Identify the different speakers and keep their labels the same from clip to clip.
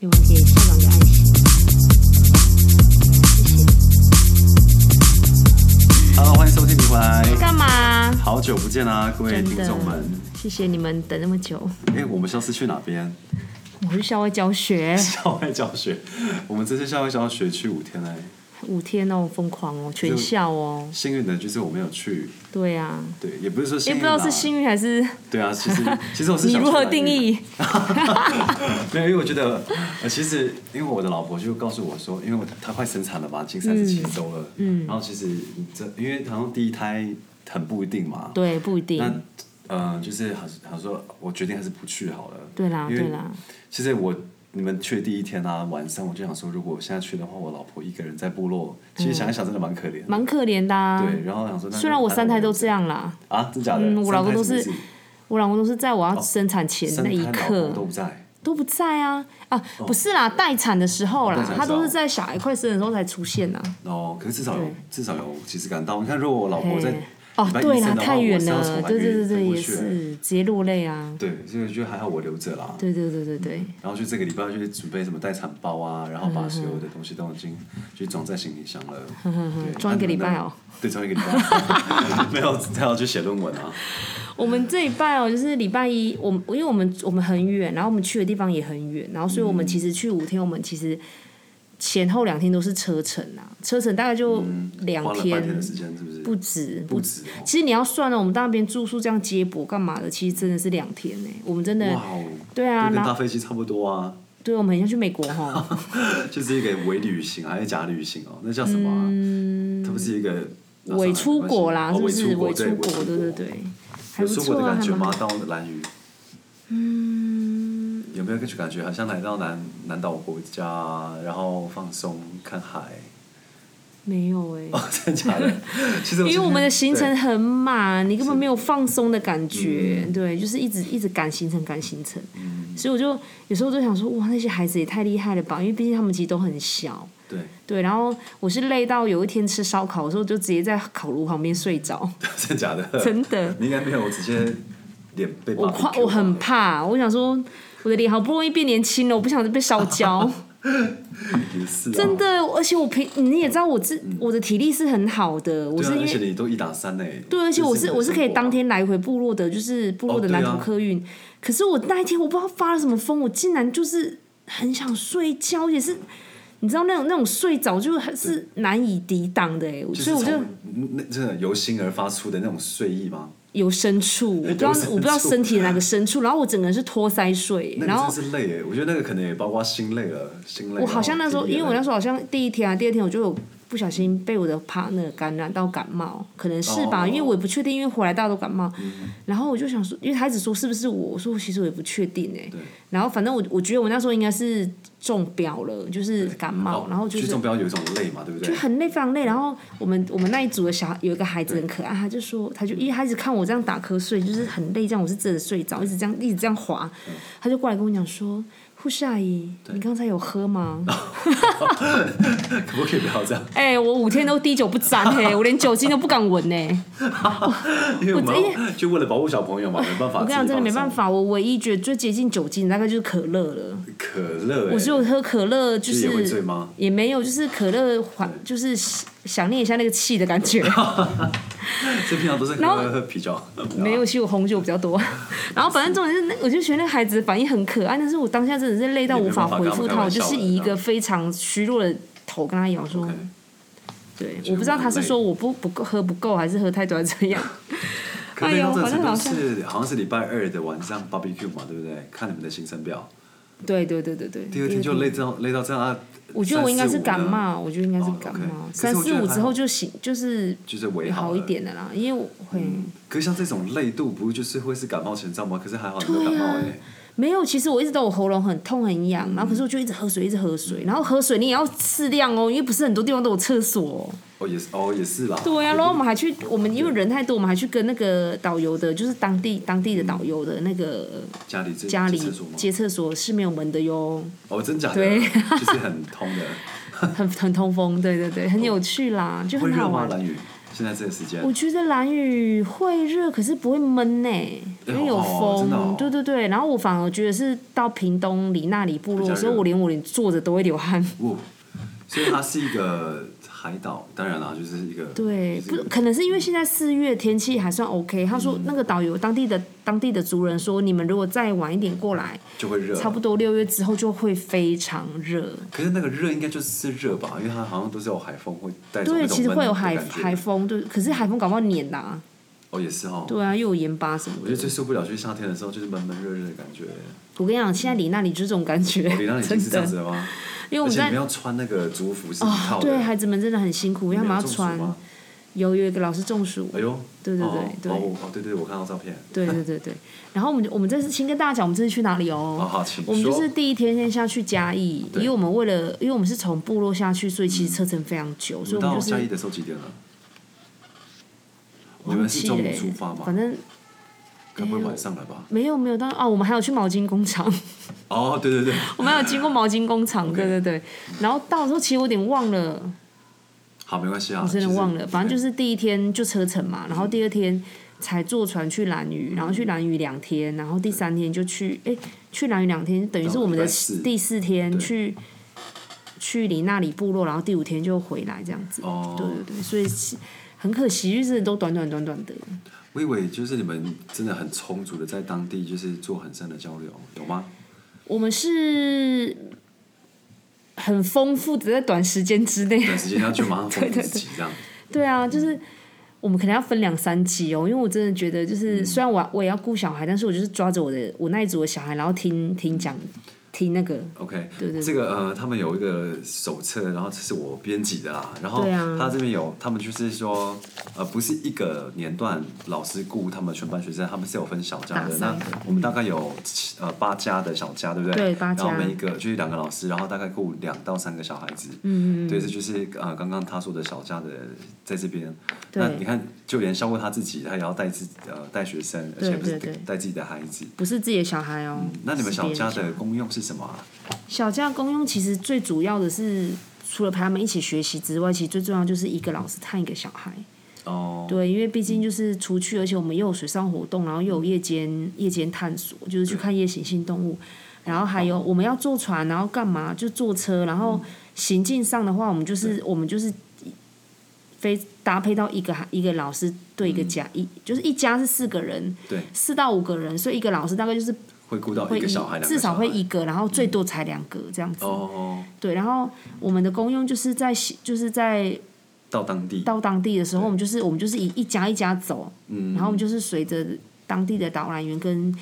Speaker 1: 刘文杰向往的爱情。谢谢。
Speaker 2: Hello，欢迎收听《迷回来》，
Speaker 1: 干嘛？
Speaker 2: 好久不见啦，各位
Speaker 1: 真
Speaker 2: 听
Speaker 1: 的
Speaker 2: 众们。，
Speaker 1: 谢谢你们等那么久。
Speaker 2: 哎、我们上次去哪边？
Speaker 1: 我 去校外教学
Speaker 2: 校外教学。我们这次校外教学去五天哎、
Speaker 1: 五天哦，疯狂哦，全
Speaker 2: 就
Speaker 1: 校哦。
Speaker 2: 幸运的就是我没有去，
Speaker 1: 对啊，
Speaker 2: 对，也不是说幸
Speaker 1: 也
Speaker 2: 运
Speaker 1: 不
Speaker 2: 啦，
Speaker 1: 知道是幸运还是
Speaker 2: 对啊，其实其实我 是
Speaker 1: 你
Speaker 2: 想
Speaker 1: 如
Speaker 2: 出
Speaker 1: 何
Speaker 2: 来
Speaker 1: 定
Speaker 2: 的？
Speaker 1: 义？
Speaker 2: 没有，因为我觉得，呃，其实因为我的老婆就告诉我说，因为我她快生产了嘛，已经三十七周了，
Speaker 1: 嗯
Speaker 2: 然后其实你这因为好像第一胎很不一定嘛，
Speaker 1: 对，不一
Speaker 2: 那
Speaker 1: 定。
Speaker 2: 呃，就是好像好像说，我决定还是不去好了，
Speaker 1: 对啦，
Speaker 2: 因为
Speaker 1: 对啦，
Speaker 2: 其实我你们去的第一天啊，晚上我就想说，如果我现在去的话，我老婆一个人在部落，其实想一想真的蛮可怜的。
Speaker 1: 蛮可怜的啊。
Speaker 2: 对，然后想说，那就
Speaker 1: 虽然我三胎都这
Speaker 2: 样
Speaker 1: 样啦，
Speaker 2: 啊，真假的？
Speaker 1: 嗯我老
Speaker 2: 三胎
Speaker 1: 公都
Speaker 2: 什么意
Speaker 1: 是
Speaker 2: 思
Speaker 1: 我老公都是在我要生产前那一
Speaker 2: 三胎老
Speaker 1: 刻
Speaker 2: 公都不在，
Speaker 1: 都不在啊啊，不是啦，哦待产的时候
Speaker 2: 待
Speaker 1: 啦
Speaker 2: 产的，时
Speaker 1: 他
Speaker 2: 候
Speaker 1: 都是在小孩快生的时候才出现啊呐。
Speaker 2: 哦，可是至少有
Speaker 1: 对
Speaker 2: 至少有即视感到。你看，如果我老婆在
Speaker 1: 嘿哦
Speaker 2: 礼拜，一
Speaker 1: 对啦，
Speaker 2: 生的话
Speaker 1: 太远
Speaker 2: 我是要
Speaker 1: 了，
Speaker 2: 从
Speaker 1: 对对对
Speaker 2: 来
Speaker 1: 对，
Speaker 2: 过
Speaker 1: 也
Speaker 2: 去
Speaker 1: 是直接落泪啊，
Speaker 2: 对，所以我觉得还好我留着啦。
Speaker 1: 对对对对对，
Speaker 2: 然后就这个礼拜就准备什么待产包啊，然后把所有的东西都已经就装在行李箱 了。对
Speaker 1: 装一个礼拜哦。
Speaker 2: 对，装一个礼拜， 没有还要去写论文啊。
Speaker 1: 我们这礼拜哦，就是礼拜一，我们因为我们我们很远，然后我们去的地方也很远，然后所以我们其实去五天，我们其实前后两天都是车程啊，车程大概就两
Speaker 2: 嗯花了
Speaker 1: 天
Speaker 2: 半天的时间，是不是？
Speaker 1: 不止
Speaker 2: 不
Speaker 1: 不止。
Speaker 2: 止哦。
Speaker 1: 其实你要算了，我们到那边住宿这样接驳干嘛的，其实真的是两天呢、我们真的
Speaker 2: 哇哦，
Speaker 1: 对
Speaker 2: 就
Speaker 1: 啊，
Speaker 2: 跟
Speaker 1: 然
Speaker 2: 搭
Speaker 1: 后
Speaker 2: 飞机差不多啊，
Speaker 1: 对我们很像去美国哈，
Speaker 2: 就是一个伪旅行还是假旅行哦，那叫什么啊？它不是一个
Speaker 1: 嗯伪出国啦，
Speaker 2: 哦
Speaker 1: 是不是？
Speaker 2: 伪
Speaker 1: 伪
Speaker 2: 出
Speaker 1: 出
Speaker 2: 国，
Speaker 1: 国，对对
Speaker 2: 伪出国
Speaker 1: 对，还
Speaker 2: 有
Speaker 1: 不
Speaker 2: 出国
Speaker 1: 错
Speaker 2: 的
Speaker 1: 啊，
Speaker 2: 感
Speaker 1: 还
Speaker 2: 觉
Speaker 1: 蛮
Speaker 2: 吗？
Speaker 1: 好。
Speaker 2: 到兰屿
Speaker 1: 嗯，
Speaker 2: 有没有去感觉好像来到南南岛国家，啊然后放松看海？
Speaker 1: 没有哎、
Speaker 2: 哦， 真的假的？其实
Speaker 1: 因为我们的行程
Speaker 2: 对
Speaker 1: 很满，你根本没有放松的感觉，
Speaker 2: 嗯
Speaker 1: 对，就是一直一直赶行程赶行程，所以我就有时候就想说，哇，那些孩子也太厉害了吧，因为毕竟他们其实都很小，
Speaker 2: 对，
Speaker 1: 对，然后我是累到有一天吃烧烤的时候，就直接在烤炉旁边睡 着，
Speaker 2: 真的假的？
Speaker 1: 真的，
Speaker 2: 你应该没有直接脸被
Speaker 1: 我
Speaker 2: barbecue
Speaker 1: 怕
Speaker 2: 吧
Speaker 1: 我很怕，我想说我的脸好不容易变年轻了，我不想被烧 焦。
Speaker 2: 也是啊
Speaker 1: 真的，而且我平你也知道我自、我的体力是很好的，我
Speaker 2: 嗯对
Speaker 1: 是
Speaker 2: 啊，
Speaker 1: 因
Speaker 2: 而且
Speaker 1: 为。
Speaker 2: 你都一打三嘞。
Speaker 1: 对，而且我
Speaker 2: 这
Speaker 1: 是
Speaker 2: 你的
Speaker 1: 我是可以
Speaker 2: 生活啊
Speaker 1: 当天来回部落的，就是部落的
Speaker 2: 哦对啊
Speaker 1: 南投客运。可是我那一天我不知道发了什么疯，我竟然就是很想睡觉，也是你知道那种那种睡着就还是难以抵挡的哎，
Speaker 2: 就
Speaker 1: 所以我
Speaker 2: 是
Speaker 1: 就
Speaker 2: 从那真的由心而发出的那种睡意吗？
Speaker 1: 有深处，我不知道
Speaker 2: 有深处
Speaker 1: 我不知道身体的哪个深处，然后我整个人是托腮睡，
Speaker 2: 那
Speaker 1: 然
Speaker 2: 个
Speaker 1: 后
Speaker 2: 真是累耶，我觉得那个可能也包括心累了，心累。
Speaker 1: 我好像那时候，因为我那
Speaker 2: 时
Speaker 1: 时候好像第一天啊、第二天我就有不小心被我的 partner 感染到感冒，可能是吧，
Speaker 2: 哦嗯
Speaker 1: 因为我也不确定，因为回来大家都感冒。然后我就想说，因为他一直说是不是我，我说其实我也不确定哎、
Speaker 2: 对
Speaker 1: 然后反正我我觉得我那时候应该是中标了，就是感冒，然后就
Speaker 2: 哦去
Speaker 1: 是
Speaker 2: 中标有一种累嘛，对不
Speaker 1: 就
Speaker 2: 对？
Speaker 1: 很累，非常累。然后我们我们那一组的小孩有一个孩子很可爱，他就说，他就因为他一直看我这样打瞌睡，就是很累，这样我是真的睡着，一直这样一直这样滑，
Speaker 2: 嗯
Speaker 1: 他就过来跟我讲说。护士阿姨，你刚才有喝吗？
Speaker 2: 可不可以不要 这样？
Speaker 1: 哎、我五天都滴酒不沾 嘿、我连酒精都不敢闻呢、哎
Speaker 2: 因为我们要就为了保护小朋友嘛，没办法。
Speaker 1: 我跟你讲，真的没办
Speaker 2: 法。
Speaker 1: 法，我唯一觉得最接近酒精的大概就是可乐了。
Speaker 2: 可乐，哎
Speaker 1: 我只有喝可乐，就
Speaker 2: 也会醉
Speaker 1: 是
Speaker 2: 吗？
Speaker 1: 也没有，就是可乐缓，就是想念一下那个气的感 觉。
Speaker 2: 所以平常都是喝
Speaker 1: 然后
Speaker 2: 喝啤酒，
Speaker 1: 没有，其实我红酒比较 多。然后反正重点是，那我就觉得那个孩子反应很可爱，但是我当下真的是累到
Speaker 2: 也
Speaker 1: 无
Speaker 2: 没
Speaker 1: 法
Speaker 2: 办法
Speaker 1: 回
Speaker 2: 跟他
Speaker 1: 复
Speaker 2: 们
Speaker 1: 他，
Speaker 2: 开
Speaker 1: 我
Speaker 2: 玩
Speaker 1: 就
Speaker 2: 笑
Speaker 1: 是
Speaker 2: 的
Speaker 1: 以一
Speaker 2: 这
Speaker 1: 个非常虚弱的头跟他摇说。
Speaker 2: OK
Speaker 1: 对，我不知道他是说我不不够喝不够，还是喝太多还是怎 样。
Speaker 2: 可是那
Speaker 1: 哎呦
Speaker 2: 个
Speaker 1: 反正好
Speaker 2: 好
Speaker 1: 像
Speaker 2: 是好像是礼拜二的晚上 barbecue 嘛，对不对？看你们的行程表，
Speaker 1: 对对对对对。
Speaker 2: 第二天就累到累到这样啊。
Speaker 1: 我觉得我应该是感
Speaker 2: 三四五呢，
Speaker 1: 冒，我觉得应该是
Speaker 2: 哦
Speaker 1: 感
Speaker 2: ，OK
Speaker 1: 冒。
Speaker 2: 可是
Speaker 1: 三
Speaker 2: 我觉
Speaker 1: 四
Speaker 2: 得
Speaker 1: 五
Speaker 2: 还
Speaker 1: 之后
Speaker 2: 好
Speaker 1: 就醒，就是
Speaker 2: 就是微
Speaker 1: 有好嗯
Speaker 2: 了
Speaker 1: 一。点的啦，因为我会、
Speaker 2: 可是像这种累度，不就是会是感冒前兆吗？可是还好你没有
Speaker 1: 啊
Speaker 2: 感冒哎、
Speaker 1: 没有。其实我一直都有喉咙很痛很痒，然后可是我就一直喝水，一直喝水，然后喝水你也要适量哦，因为不是很多地方都有厕所哦、
Speaker 2: 哦，也是，哦，也是啦。
Speaker 1: 对啊呀、然后我们还去，我们因为人太多，我们还去跟那个导游的，就是当地当地的导游的那个
Speaker 2: 家里这
Speaker 1: 家里
Speaker 2: 这厕所吗？
Speaker 1: 嗯接厕所是没有门的哟，
Speaker 2: 哦，真假的？
Speaker 1: 对
Speaker 2: 就是很通的。
Speaker 1: 很很通风，对对对，很有趣啦，就
Speaker 2: 会
Speaker 1: 很
Speaker 2: 热
Speaker 1: 好
Speaker 2: 吗？
Speaker 1: 玩。
Speaker 2: 蓝雨？现在这个时间
Speaker 1: 我，觉得蓝雨会热，可是不会闷呢、因为有
Speaker 2: 哦
Speaker 1: 风。
Speaker 2: 真的哦
Speaker 1: 对对对，然后我反而觉得是到屏东里那里部
Speaker 2: 比
Speaker 1: 落
Speaker 2: 较
Speaker 1: 的时候，
Speaker 2: 热
Speaker 1: 我连我连坐着都会流汗。
Speaker 2: 哦，所以它是一个海岛，当然啦，就是一个
Speaker 1: 对，
Speaker 2: 就
Speaker 1: 不
Speaker 2: 是一嗯个
Speaker 1: 可能是因为现在四月天气还算 OK。他说那个导游当地的当地的族人说，你们如果再晚一点过来，
Speaker 2: 就会热，
Speaker 1: 差不。多六月之后就会非常热。
Speaker 2: 可是那个热应该就是热吧，因为它好像都是有海风会带走那
Speaker 1: 对，
Speaker 2: 种
Speaker 1: 其实
Speaker 2: 闷
Speaker 1: 会有
Speaker 2: 的
Speaker 1: 海
Speaker 2: 感觉
Speaker 1: 海风，对，可是海风搞不好黏啦、
Speaker 2: 哦，也是哦。
Speaker 1: 对啊，又有盐巴什么
Speaker 2: 我觉
Speaker 1: 的
Speaker 2: 得。最受不了就是夏天的时候，就是闷闷热热的感觉。
Speaker 1: 我跟你讲，现在里那里就是这种感觉，
Speaker 2: 你让你已经
Speaker 1: 真
Speaker 2: 是这样子
Speaker 1: 的。
Speaker 2: 了吗？
Speaker 1: 因为我
Speaker 2: 而
Speaker 1: 们
Speaker 2: 且
Speaker 1: 在
Speaker 2: 你们要穿那个族服是一
Speaker 1: 啊、
Speaker 2: 套的，
Speaker 1: 对，孩子们真的很辛苦，
Speaker 2: 你
Speaker 1: 要
Speaker 2: 们
Speaker 1: 么要
Speaker 2: 有中暑
Speaker 1: 穿，
Speaker 2: 吗？
Speaker 1: 有有一个老师中暑，
Speaker 2: 哎呦，
Speaker 1: 对对
Speaker 2: 哦
Speaker 1: 对
Speaker 2: 哦哦对对，我看到照片。
Speaker 1: 对对对对。然后我们我们这次先跟大家讲，我们这次去哪里哦？
Speaker 2: 哦好请
Speaker 1: 我们
Speaker 2: 说
Speaker 1: 就是第一天先下去嘉义，因
Speaker 2: 对
Speaker 1: 为我们为了，因为我们是从部落下去，所以其实车程非常久，所以
Speaker 2: 我
Speaker 1: 我们
Speaker 2: 到
Speaker 1: 就
Speaker 2: 嘉义
Speaker 1: 是
Speaker 2: 的时候几点了？你
Speaker 1: 忘
Speaker 2: 们是
Speaker 1: 记
Speaker 2: 中午
Speaker 1: 嘞
Speaker 2: 出发吗？
Speaker 1: 反正
Speaker 2: 该不会晚上了吧？
Speaker 1: 没有没有到哦，我们还有去毛巾工 厂，
Speaker 2: 哦，对对对，
Speaker 1: 我们还有经过毛巾工厂，对对对。然后到的时候其实我有点忘了，
Speaker 2: 好，没关系啊，
Speaker 1: 我真的
Speaker 2: 就是嗯
Speaker 1: 忘了，反正就是第一天就车程嘛，然后第二天才坐船去兰屿，然后去兰屿两天，然后
Speaker 2: 嗯
Speaker 1: 第三天就去，哎、去兰屿两天，等于是我们的
Speaker 2: 礼拜四
Speaker 1: 第四天
Speaker 2: 对
Speaker 1: 去去里那里部落，然后第五天就回来这样子。
Speaker 2: 哦
Speaker 1: 对对对，所以是很可惜，就是都短短短短的。
Speaker 2: 我以为就是你们真的很充足的在当地就是做很深的交流，有吗？
Speaker 1: 我们是很丰富的，在短时间之内。
Speaker 2: 短时间要去马 上封自己这样，
Speaker 1: 对啊，
Speaker 2: 嗯
Speaker 1: 就是我们可能要分两三集哦，因为我真的觉得，
Speaker 2: 嗯
Speaker 1: 就是、虽然我我也要顾小孩，但是我就是抓着我的我那一组的小孩，然后听听讲听那个，
Speaker 2: OK，
Speaker 1: 对对
Speaker 2: 这个呃，他们有一个手册，然后这是我编辑的啦。然后
Speaker 1: 对啊
Speaker 2: 他这边有，他们就是说，呃，不是一个年段老师雇他们全班学生，他们是有分小家的。
Speaker 1: 打
Speaker 2: 那
Speaker 1: 散的
Speaker 2: 我们大概有七呃八家的小家，对不对？
Speaker 1: 对八家
Speaker 2: 然后每一个就是两个老师，然后大概雇两到三个小孩子。嗯嗯。对，这就是呃刚刚他说的小家的在这边。
Speaker 1: 对
Speaker 2: 那你看，就连肖过他自己，他也要带自呃带学生，而且
Speaker 1: 对
Speaker 2: 不是
Speaker 1: 对对
Speaker 2: 带自己的孩子。
Speaker 1: 不是自己的小孩哦。
Speaker 2: 嗯那你们
Speaker 1: 是
Speaker 2: 小
Speaker 1: 别人
Speaker 2: 家的
Speaker 1: 孩
Speaker 2: 功用是什么啊？
Speaker 1: 小家公用，其实最主要的是。除了陪他们一起学习之外，其实最重要就是一个老师看一个小孩。
Speaker 2: 哦，
Speaker 1: 对，因为毕竟就是出去，而且我们又有水上活动，然后又
Speaker 2: 嗯
Speaker 1: 有夜间夜间探索，就是去看夜行性动物，然后还有我们要坐船，然后干嘛就坐车，然
Speaker 2: 嗯
Speaker 1: 后行进上的话，我们就是我们就是非搭配到一个一个老师对
Speaker 2: 嗯
Speaker 1: 一个家、一就是一家是四个人，
Speaker 2: 对，
Speaker 1: 四到五个人，所以一个老师大概就是
Speaker 2: 会顾到
Speaker 1: 会
Speaker 2: 一个
Speaker 1: 一
Speaker 2: 小孩，两个
Speaker 1: 至少
Speaker 2: 小
Speaker 1: 会
Speaker 2: 孩嗯
Speaker 1: 一个，然后最多才两个这样子。
Speaker 2: 哦，
Speaker 1: 对，然后我们的功用就是在就是在
Speaker 2: 到当地，
Speaker 1: 到当地的时候，
Speaker 2: 对
Speaker 1: 我们就是我们就是一一家一家走，
Speaker 2: 嗯，
Speaker 1: 然后我们就是随着当地的导览员跟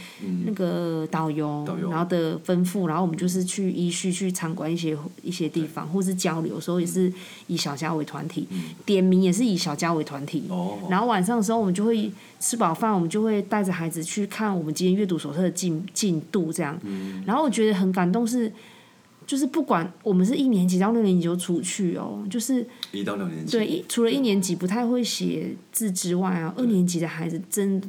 Speaker 1: 那个导游，
Speaker 2: 嗯导游
Speaker 1: 然后的吩咐，然后我们就是去依序去参观一些一些地方，或是交流，时候也是以小家为团体，点名也是以小家为团体。
Speaker 2: 嗯哦
Speaker 1: 然后晚上的时候，我们就会吃饱饭，我们就会带着孩子去看我们今天阅读手册的进进度这样。
Speaker 2: 嗯
Speaker 1: 然后我觉得很感动是，就是不管我们是一年级到六年级就出去哦，就是。
Speaker 2: 一到六年级，
Speaker 1: 对，一除了一年级不太会写字之外啊，二年级的孩子真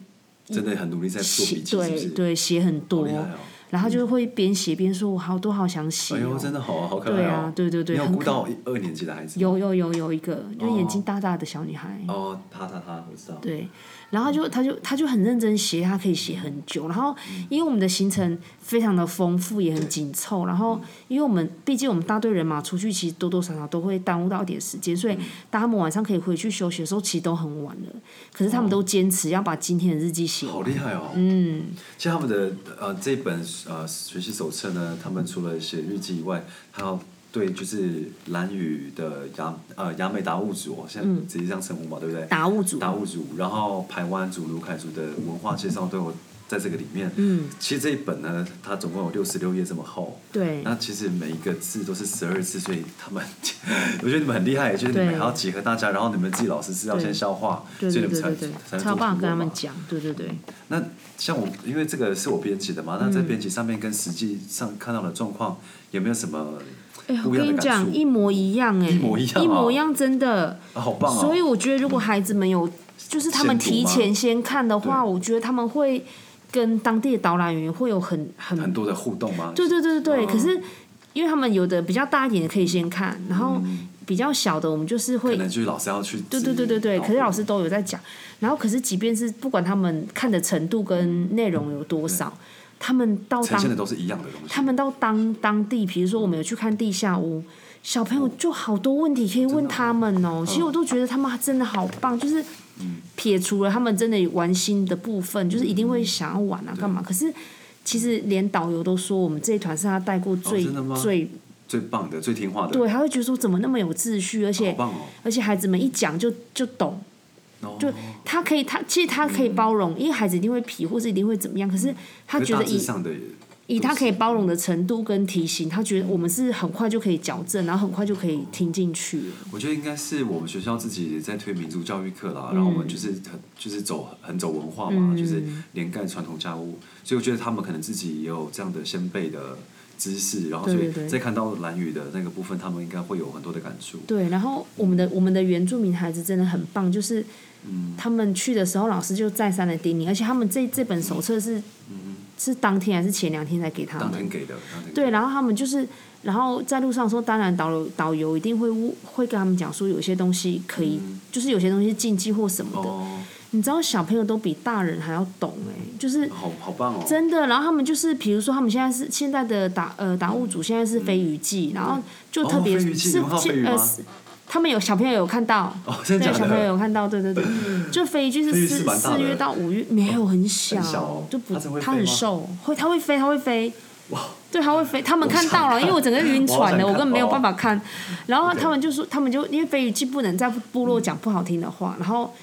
Speaker 2: 真的很努力在做
Speaker 1: 写
Speaker 2: 笔记，是不
Speaker 1: 对
Speaker 2: 是？
Speaker 1: 对写很
Speaker 2: 好
Speaker 1: 多，
Speaker 2: 厉害哦！
Speaker 1: 然后就会边写边说：“我好多好想写、
Speaker 2: 哎
Speaker 1: 哦。
Speaker 2: 呦，真的好好可爱
Speaker 1: 对
Speaker 2: 哦
Speaker 1: 啊！，对对对，
Speaker 2: 你有
Speaker 1: 很
Speaker 2: 顾
Speaker 1: 可
Speaker 2: 到一二年级的孩子吗？
Speaker 1: 有有有有一个，就是眼睛
Speaker 2: 哦
Speaker 1: 大大的小女孩，
Speaker 2: 哦，他他他，我知道，
Speaker 1: 对，然后他就他就他就很认真写，他可以写很久。然后因为我们的行程非常的丰富，也很紧凑。然
Speaker 2: 嗯
Speaker 1: 后因为我们毕竟我们大队人马出去，其实多多少少都会耽误到一点时间，
Speaker 2: 嗯
Speaker 1: 所以当他们晚上可以回去休息的时候，其实都很晚了。可是他们都坚持要把今天的日记写
Speaker 2: 哦好
Speaker 1: 完。
Speaker 2: 厉害哦！嗯，像他们的呃这本呃学习手册呢，他们除了写日记以外，还要对就是蓝语的雅呃雅美达悟族哦，现
Speaker 1: 嗯
Speaker 2: 在直接这样称呼嘛，对不对？
Speaker 1: 达悟族，
Speaker 2: 达悟族，然后排湾族、卢凯族的文化介绍都有在这个里面。嗯，其实这一本呢，它总共有六十六页这么厚。
Speaker 1: 对
Speaker 2: 那其实每一个字都是十二字，所以他们， 我觉得你们很厉害，就是你们
Speaker 1: 对
Speaker 2: 还要结合大家，然后你们自己老师是要先消化，所
Speaker 1: 对
Speaker 2: 以
Speaker 1: 对
Speaker 2: 你们
Speaker 1: 对
Speaker 2: 才
Speaker 1: 对
Speaker 2: 才
Speaker 1: 对，才
Speaker 2: 能做
Speaker 1: 有办法
Speaker 2: 出
Speaker 1: 跟他
Speaker 2: 来
Speaker 1: 们
Speaker 2: 嘛。
Speaker 1: 讲，对对对，
Speaker 2: 那像我，因为这个是我编辑的嘛，
Speaker 1: 嗯
Speaker 2: 那在编辑上面跟实际上看到的状况有没有什么
Speaker 1: 哎，我
Speaker 2: 不一
Speaker 1: 跟
Speaker 2: 样
Speaker 1: 你
Speaker 2: 的感
Speaker 1: 讲，一
Speaker 2: 触？
Speaker 1: 模一样哎、
Speaker 2: 一模一样啊
Speaker 1: 一模一样，真的。
Speaker 2: 啊，好棒哦！
Speaker 1: 所以我觉得，如果孩子们有，就是他们提前先看的
Speaker 2: 先读吗
Speaker 1: 话，我觉得他们会跟当地的导览员会有很很
Speaker 2: 很多的互动嘛，
Speaker 1: 对对对对对。
Speaker 2: 嗯
Speaker 1: 可是因为他们有的比较大一点的可以先看，然后比较小的我们就是
Speaker 2: 嗯可
Speaker 1: 会
Speaker 2: 能哦就是老师要去
Speaker 1: 对对对对对，可是老师都有在讲。然后，可是即便是不管他们看的程度跟内容有多少，他们到
Speaker 2: 呈现的
Speaker 1: 当
Speaker 2: 都是一样的东西，
Speaker 1: 他们到当当地，比如说我们有去看地下屋，小朋友就好多问题可以问他们哦、其实我都觉得他们真的好棒，就是撇除了他们真的玩心的部
Speaker 2: 嗯
Speaker 1: 分，就是一定会想要玩啊干嘛。可是其实连导游都说，我们这一团是他带过最
Speaker 2: 哦真的吗
Speaker 1: 最
Speaker 2: 最棒的、最听话的，
Speaker 1: 对，他会觉得说怎么那么有秩序，而且
Speaker 2: 好棒哦
Speaker 1: 而且孩子们一讲就就懂。
Speaker 2: 哦，
Speaker 1: 就他可以，他其实他可
Speaker 2: 嗯
Speaker 1: 以包容，因为孩子一定会皮，或是一定会怎么样。可是他
Speaker 2: 可是
Speaker 1: 觉
Speaker 2: 大
Speaker 1: 得
Speaker 2: 致
Speaker 1: 以
Speaker 2: 上的也
Speaker 1: 以他可以包容的程度跟提醒，他觉得我们是很快就可以矫正，然后很快就可以听进去了。
Speaker 2: 我觉得应该是我们学校自己也在推民族教育课啦，然后我们就是很就是走很走文化嘛，就是
Speaker 1: 嗯
Speaker 2: 连盖传统家务，所以我觉得他们可能自己也有这样的先辈的知识，然后所
Speaker 1: 对
Speaker 2: 以
Speaker 1: 对对
Speaker 2: 在看到蓝雨的那个部分，他们应该会有很多的感触。
Speaker 1: 对，然后我们的我们的原住民孩子真的很棒，就是他们去的时候，老师就再三的叮咛，而且他们这这本手册是是当天还是前两嗯天才给他
Speaker 2: 当
Speaker 1: 们
Speaker 2: 天？给的，当天给的
Speaker 1: 对，然后他们就是，然后在路上说，当然导游导游一定会问会跟他们讲说，有些东西可以，就是有些东西禁忌或什么的。
Speaker 2: 哦，
Speaker 1: 你知道小朋友都比大人还要懂哎、就是
Speaker 2: 好好棒哦，
Speaker 1: 真的。然后他们就是，比如说他们现在是现在的打呃打物组现在是飞鱼季，然后就特别
Speaker 2: 哦飞
Speaker 1: 是
Speaker 2: 鱼季你们看到飞
Speaker 1: 是
Speaker 2: 鱼吗
Speaker 1: 呃，是他们有小朋友有看到。
Speaker 2: 哦，真的
Speaker 1: 对，
Speaker 2: 假
Speaker 1: 小朋友
Speaker 2: 的？
Speaker 1: 有看到，对对对，就飞鱼就是
Speaker 2: 飞鱼是
Speaker 1: 四
Speaker 2: 蛮大的
Speaker 1: 四月到五月，没有很小，
Speaker 2: 很小哦
Speaker 1: 就不
Speaker 2: 它真会飞
Speaker 1: 它很
Speaker 2: 吗
Speaker 1: 瘦，会它会飞，它会飞，
Speaker 2: 哇，
Speaker 1: 对，它会飞，他们
Speaker 2: 我
Speaker 1: 看
Speaker 2: 想
Speaker 1: 到了，因为
Speaker 2: 看
Speaker 1: 我整个晕船了，
Speaker 2: 我好想看哦
Speaker 1: 我根本没有办法看。然后
Speaker 2: OK 嗯
Speaker 1: 他们就说，他们就因为飞鱼季不能在部落讲不好听的话，然后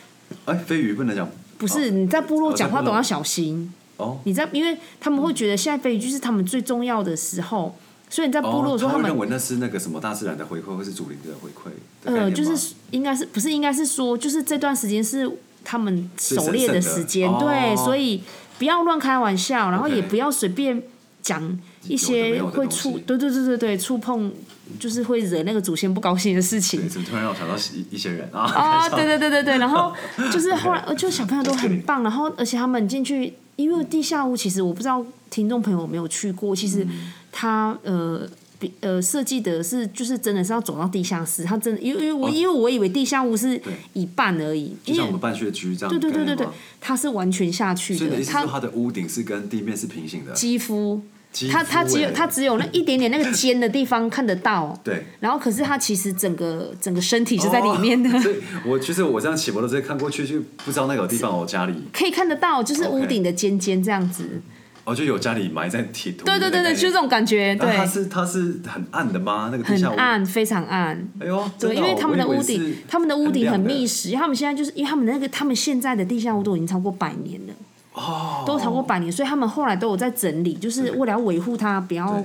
Speaker 2: 哎，飞鱼不能讲，
Speaker 1: 不是你在部落讲话
Speaker 2: 哦在部
Speaker 1: 都
Speaker 2: 落
Speaker 1: 要小心，
Speaker 2: 哦，
Speaker 1: 你在因为他们会觉得现在飞鱼就是他们最重要的时候，所以你在部落
Speaker 2: 哦
Speaker 1: 的，时
Speaker 2: 他
Speaker 1: 候他
Speaker 2: 会
Speaker 1: 们
Speaker 2: 认为那是那个什么大自然的回馈，或是祖灵的回馈的概念吗，
Speaker 1: 呃就是应该是不是应该是说就是这段时间是他们狩猎的时间，
Speaker 2: 最神圣的
Speaker 1: 对，
Speaker 2: 哦
Speaker 1: 所以不要乱开玩笑，然后
Speaker 2: OK
Speaker 1: 也不要随便。讲一些
Speaker 2: 有的没有的
Speaker 1: 会
Speaker 2: 东西
Speaker 1: 触，对对对对对，触碰就是会惹那个祖先不高兴的事情
Speaker 2: 对，。怎么突然让我想到一一些人 啊？
Speaker 1: 啊，对对对对对，然 后就是后来，就小朋友都很棒，然后而且他们进去，因为地下屋其实我不知道听众朋友有没有去过，其实
Speaker 2: 嗯
Speaker 1: 它呃。比呃，设计的是就是真的是要走到地下室，它真的，因为因为
Speaker 2: 哦
Speaker 1: 我、因为我以为地下屋是一半而已，因
Speaker 2: 就像我
Speaker 1: 为
Speaker 2: 们办学居这样，
Speaker 1: 对对对对
Speaker 2: 概
Speaker 1: 对
Speaker 2: 念吗，
Speaker 1: 它是完全下去
Speaker 2: 所以你的
Speaker 1: 的
Speaker 2: 意，思是说
Speaker 1: 它
Speaker 2: 它的屋顶是跟地面是平行的？
Speaker 1: 肌肤，
Speaker 2: 肌
Speaker 1: 它它
Speaker 2: 肤
Speaker 1: 只有
Speaker 2: 欸
Speaker 1: 它只有那一点点那个尖的地方看得到，
Speaker 2: 对。
Speaker 1: 然后可是它其实整个整个身体是在里 面的，
Speaker 2: 哦所以我其实我这样骑摩托车看过去，就不知道那个地方我家里，
Speaker 1: 可以看得到，就是屋
Speaker 2: OK
Speaker 1: 顶的尖尖这样子。
Speaker 2: 哦，就有家里埋在铁土里
Speaker 1: 对
Speaker 2: 面
Speaker 1: 对
Speaker 2: 的
Speaker 1: 对
Speaker 2: 概
Speaker 1: 对，
Speaker 2: 念。
Speaker 1: 就这种感觉，
Speaker 2: 然后
Speaker 1: 对
Speaker 2: 它，是它是很暗的吗？那个地
Speaker 1: 很
Speaker 2: 下屋？
Speaker 1: 暗，非常暗。
Speaker 2: 哎呦，
Speaker 1: 对，
Speaker 2: 真
Speaker 1: 因
Speaker 2: 哦
Speaker 1: 为他们的
Speaker 2: 我以
Speaker 1: 屋
Speaker 2: 为
Speaker 1: 顶
Speaker 2: 是，
Speaker 1: 他们的屋顶很
Speaker 2: 亮的
Speaker 1: 密实，因为他们现在就是因为他们那个，他们现在的地下屋都已经超过百年了，
Speaker 2: 哦，
Speaker 1: 都超过百年，所以他们后来都有在整理，就是为了要维护它，不要
Speaker 2: 对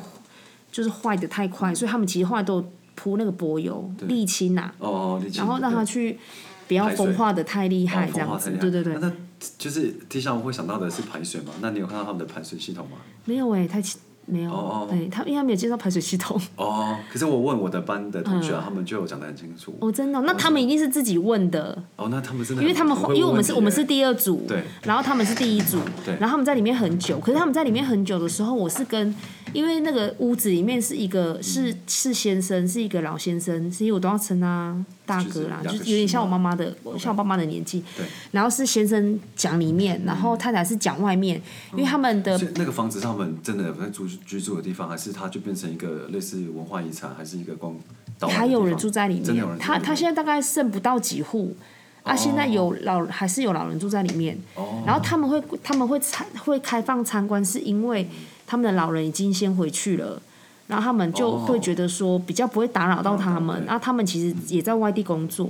Speaker 1: 就是坏的太快，所以他们其实后来都有铺那个柏油、沥青啊，
Speaker 2: 哦哦，理解
Speaker 1: 然后让它
Speaker 2: 对
Speaker 1: 去不要
Speaker 2: 排水
Speaker 1: 风化的太厉
Speaker 2: 哦
Speaker 1: 害，这
Speaker 2: 风化
Speaker 1: 样
Speaker 2: 太
Speaker 1: 子
Speaker 2: 厉。害
Speaker 1: 对对对
Speaker 2: 那，那就是地下屋会想到的是排水嘛？那你有看到他们的排水系统吗？
Speaker 1: 没有哎，太没
Speaker 2: 哦哦
Speaker 1: 有，对他应该没有介绍排水系统。
Speaker 2: 哦，可是我问我的班的同学啊，他们就有讲得很清楚。
Speaker 1: 嗯哦，真的哦、那他们一定是自己问的，
Speaker 2: 哦，那他们真的很，
Speaker 1: 因为他们
Speaker 2: 很会
Speaker 1: 因为我
Speaker 2: 问
Speaker 1: 们
Speaker 2: 问
Speaker 1: 是
Speaker 2: 题
Speaker 1: 我们
Speaker 2: 耶
Speaker 1: 是第二组，
Speaker 2: 对，
Speaker 1: 然后他们是第一组，
Speaker 2: 对
Speaker 1: 然后他们在里面很久，可是他们在里面很久的时候，我是跟因为那个屋子里面是一个
Speaker 2: 嗯
Speaker 1: 是是先生，是一个老先生，所以我都要称他大哥啦，
Speaker 2: 就
Speaker 1: 就是
Speaker 2: 是雅各
Speaker 1: 有点像
Speaker 2: 西
Speaker 1: 我
Speaker 2: 嘛
Speaker 1: 妈妈的，像我爸妈的年纪，
Speaker 2: 对，
Speaker 1: 然后是先生讲里面，然后太太是讲外面，因为他们的
Speaker 2: 所以那个房子是他们真的有在住居住的地方，还是它就变成一个类似文化遗产，还是一个光导览的
Speaker 1: 还有人
Speaker 2: 地方
Speaker 1: 住在里
Speaker 2: 真的有
Speaker 1: 面，
Speaker 2: 人
Speaker 1: 他他现
Speaker 2: 在
Speaker 1: 在大概剩不到几户，啊，现在有老还是有老人住在里面，
Speaker 2: 哦
Speaker 1: 然后他们会他们会参会开放参观，是因为他们的老人已经先回去了。然后他们就
Speaker 2: 哦
Speaker 1: 会觉得说比较不会打扰到他们，
Speaker 2: 对
Speaker 1: 然后他们其实也在外地工作，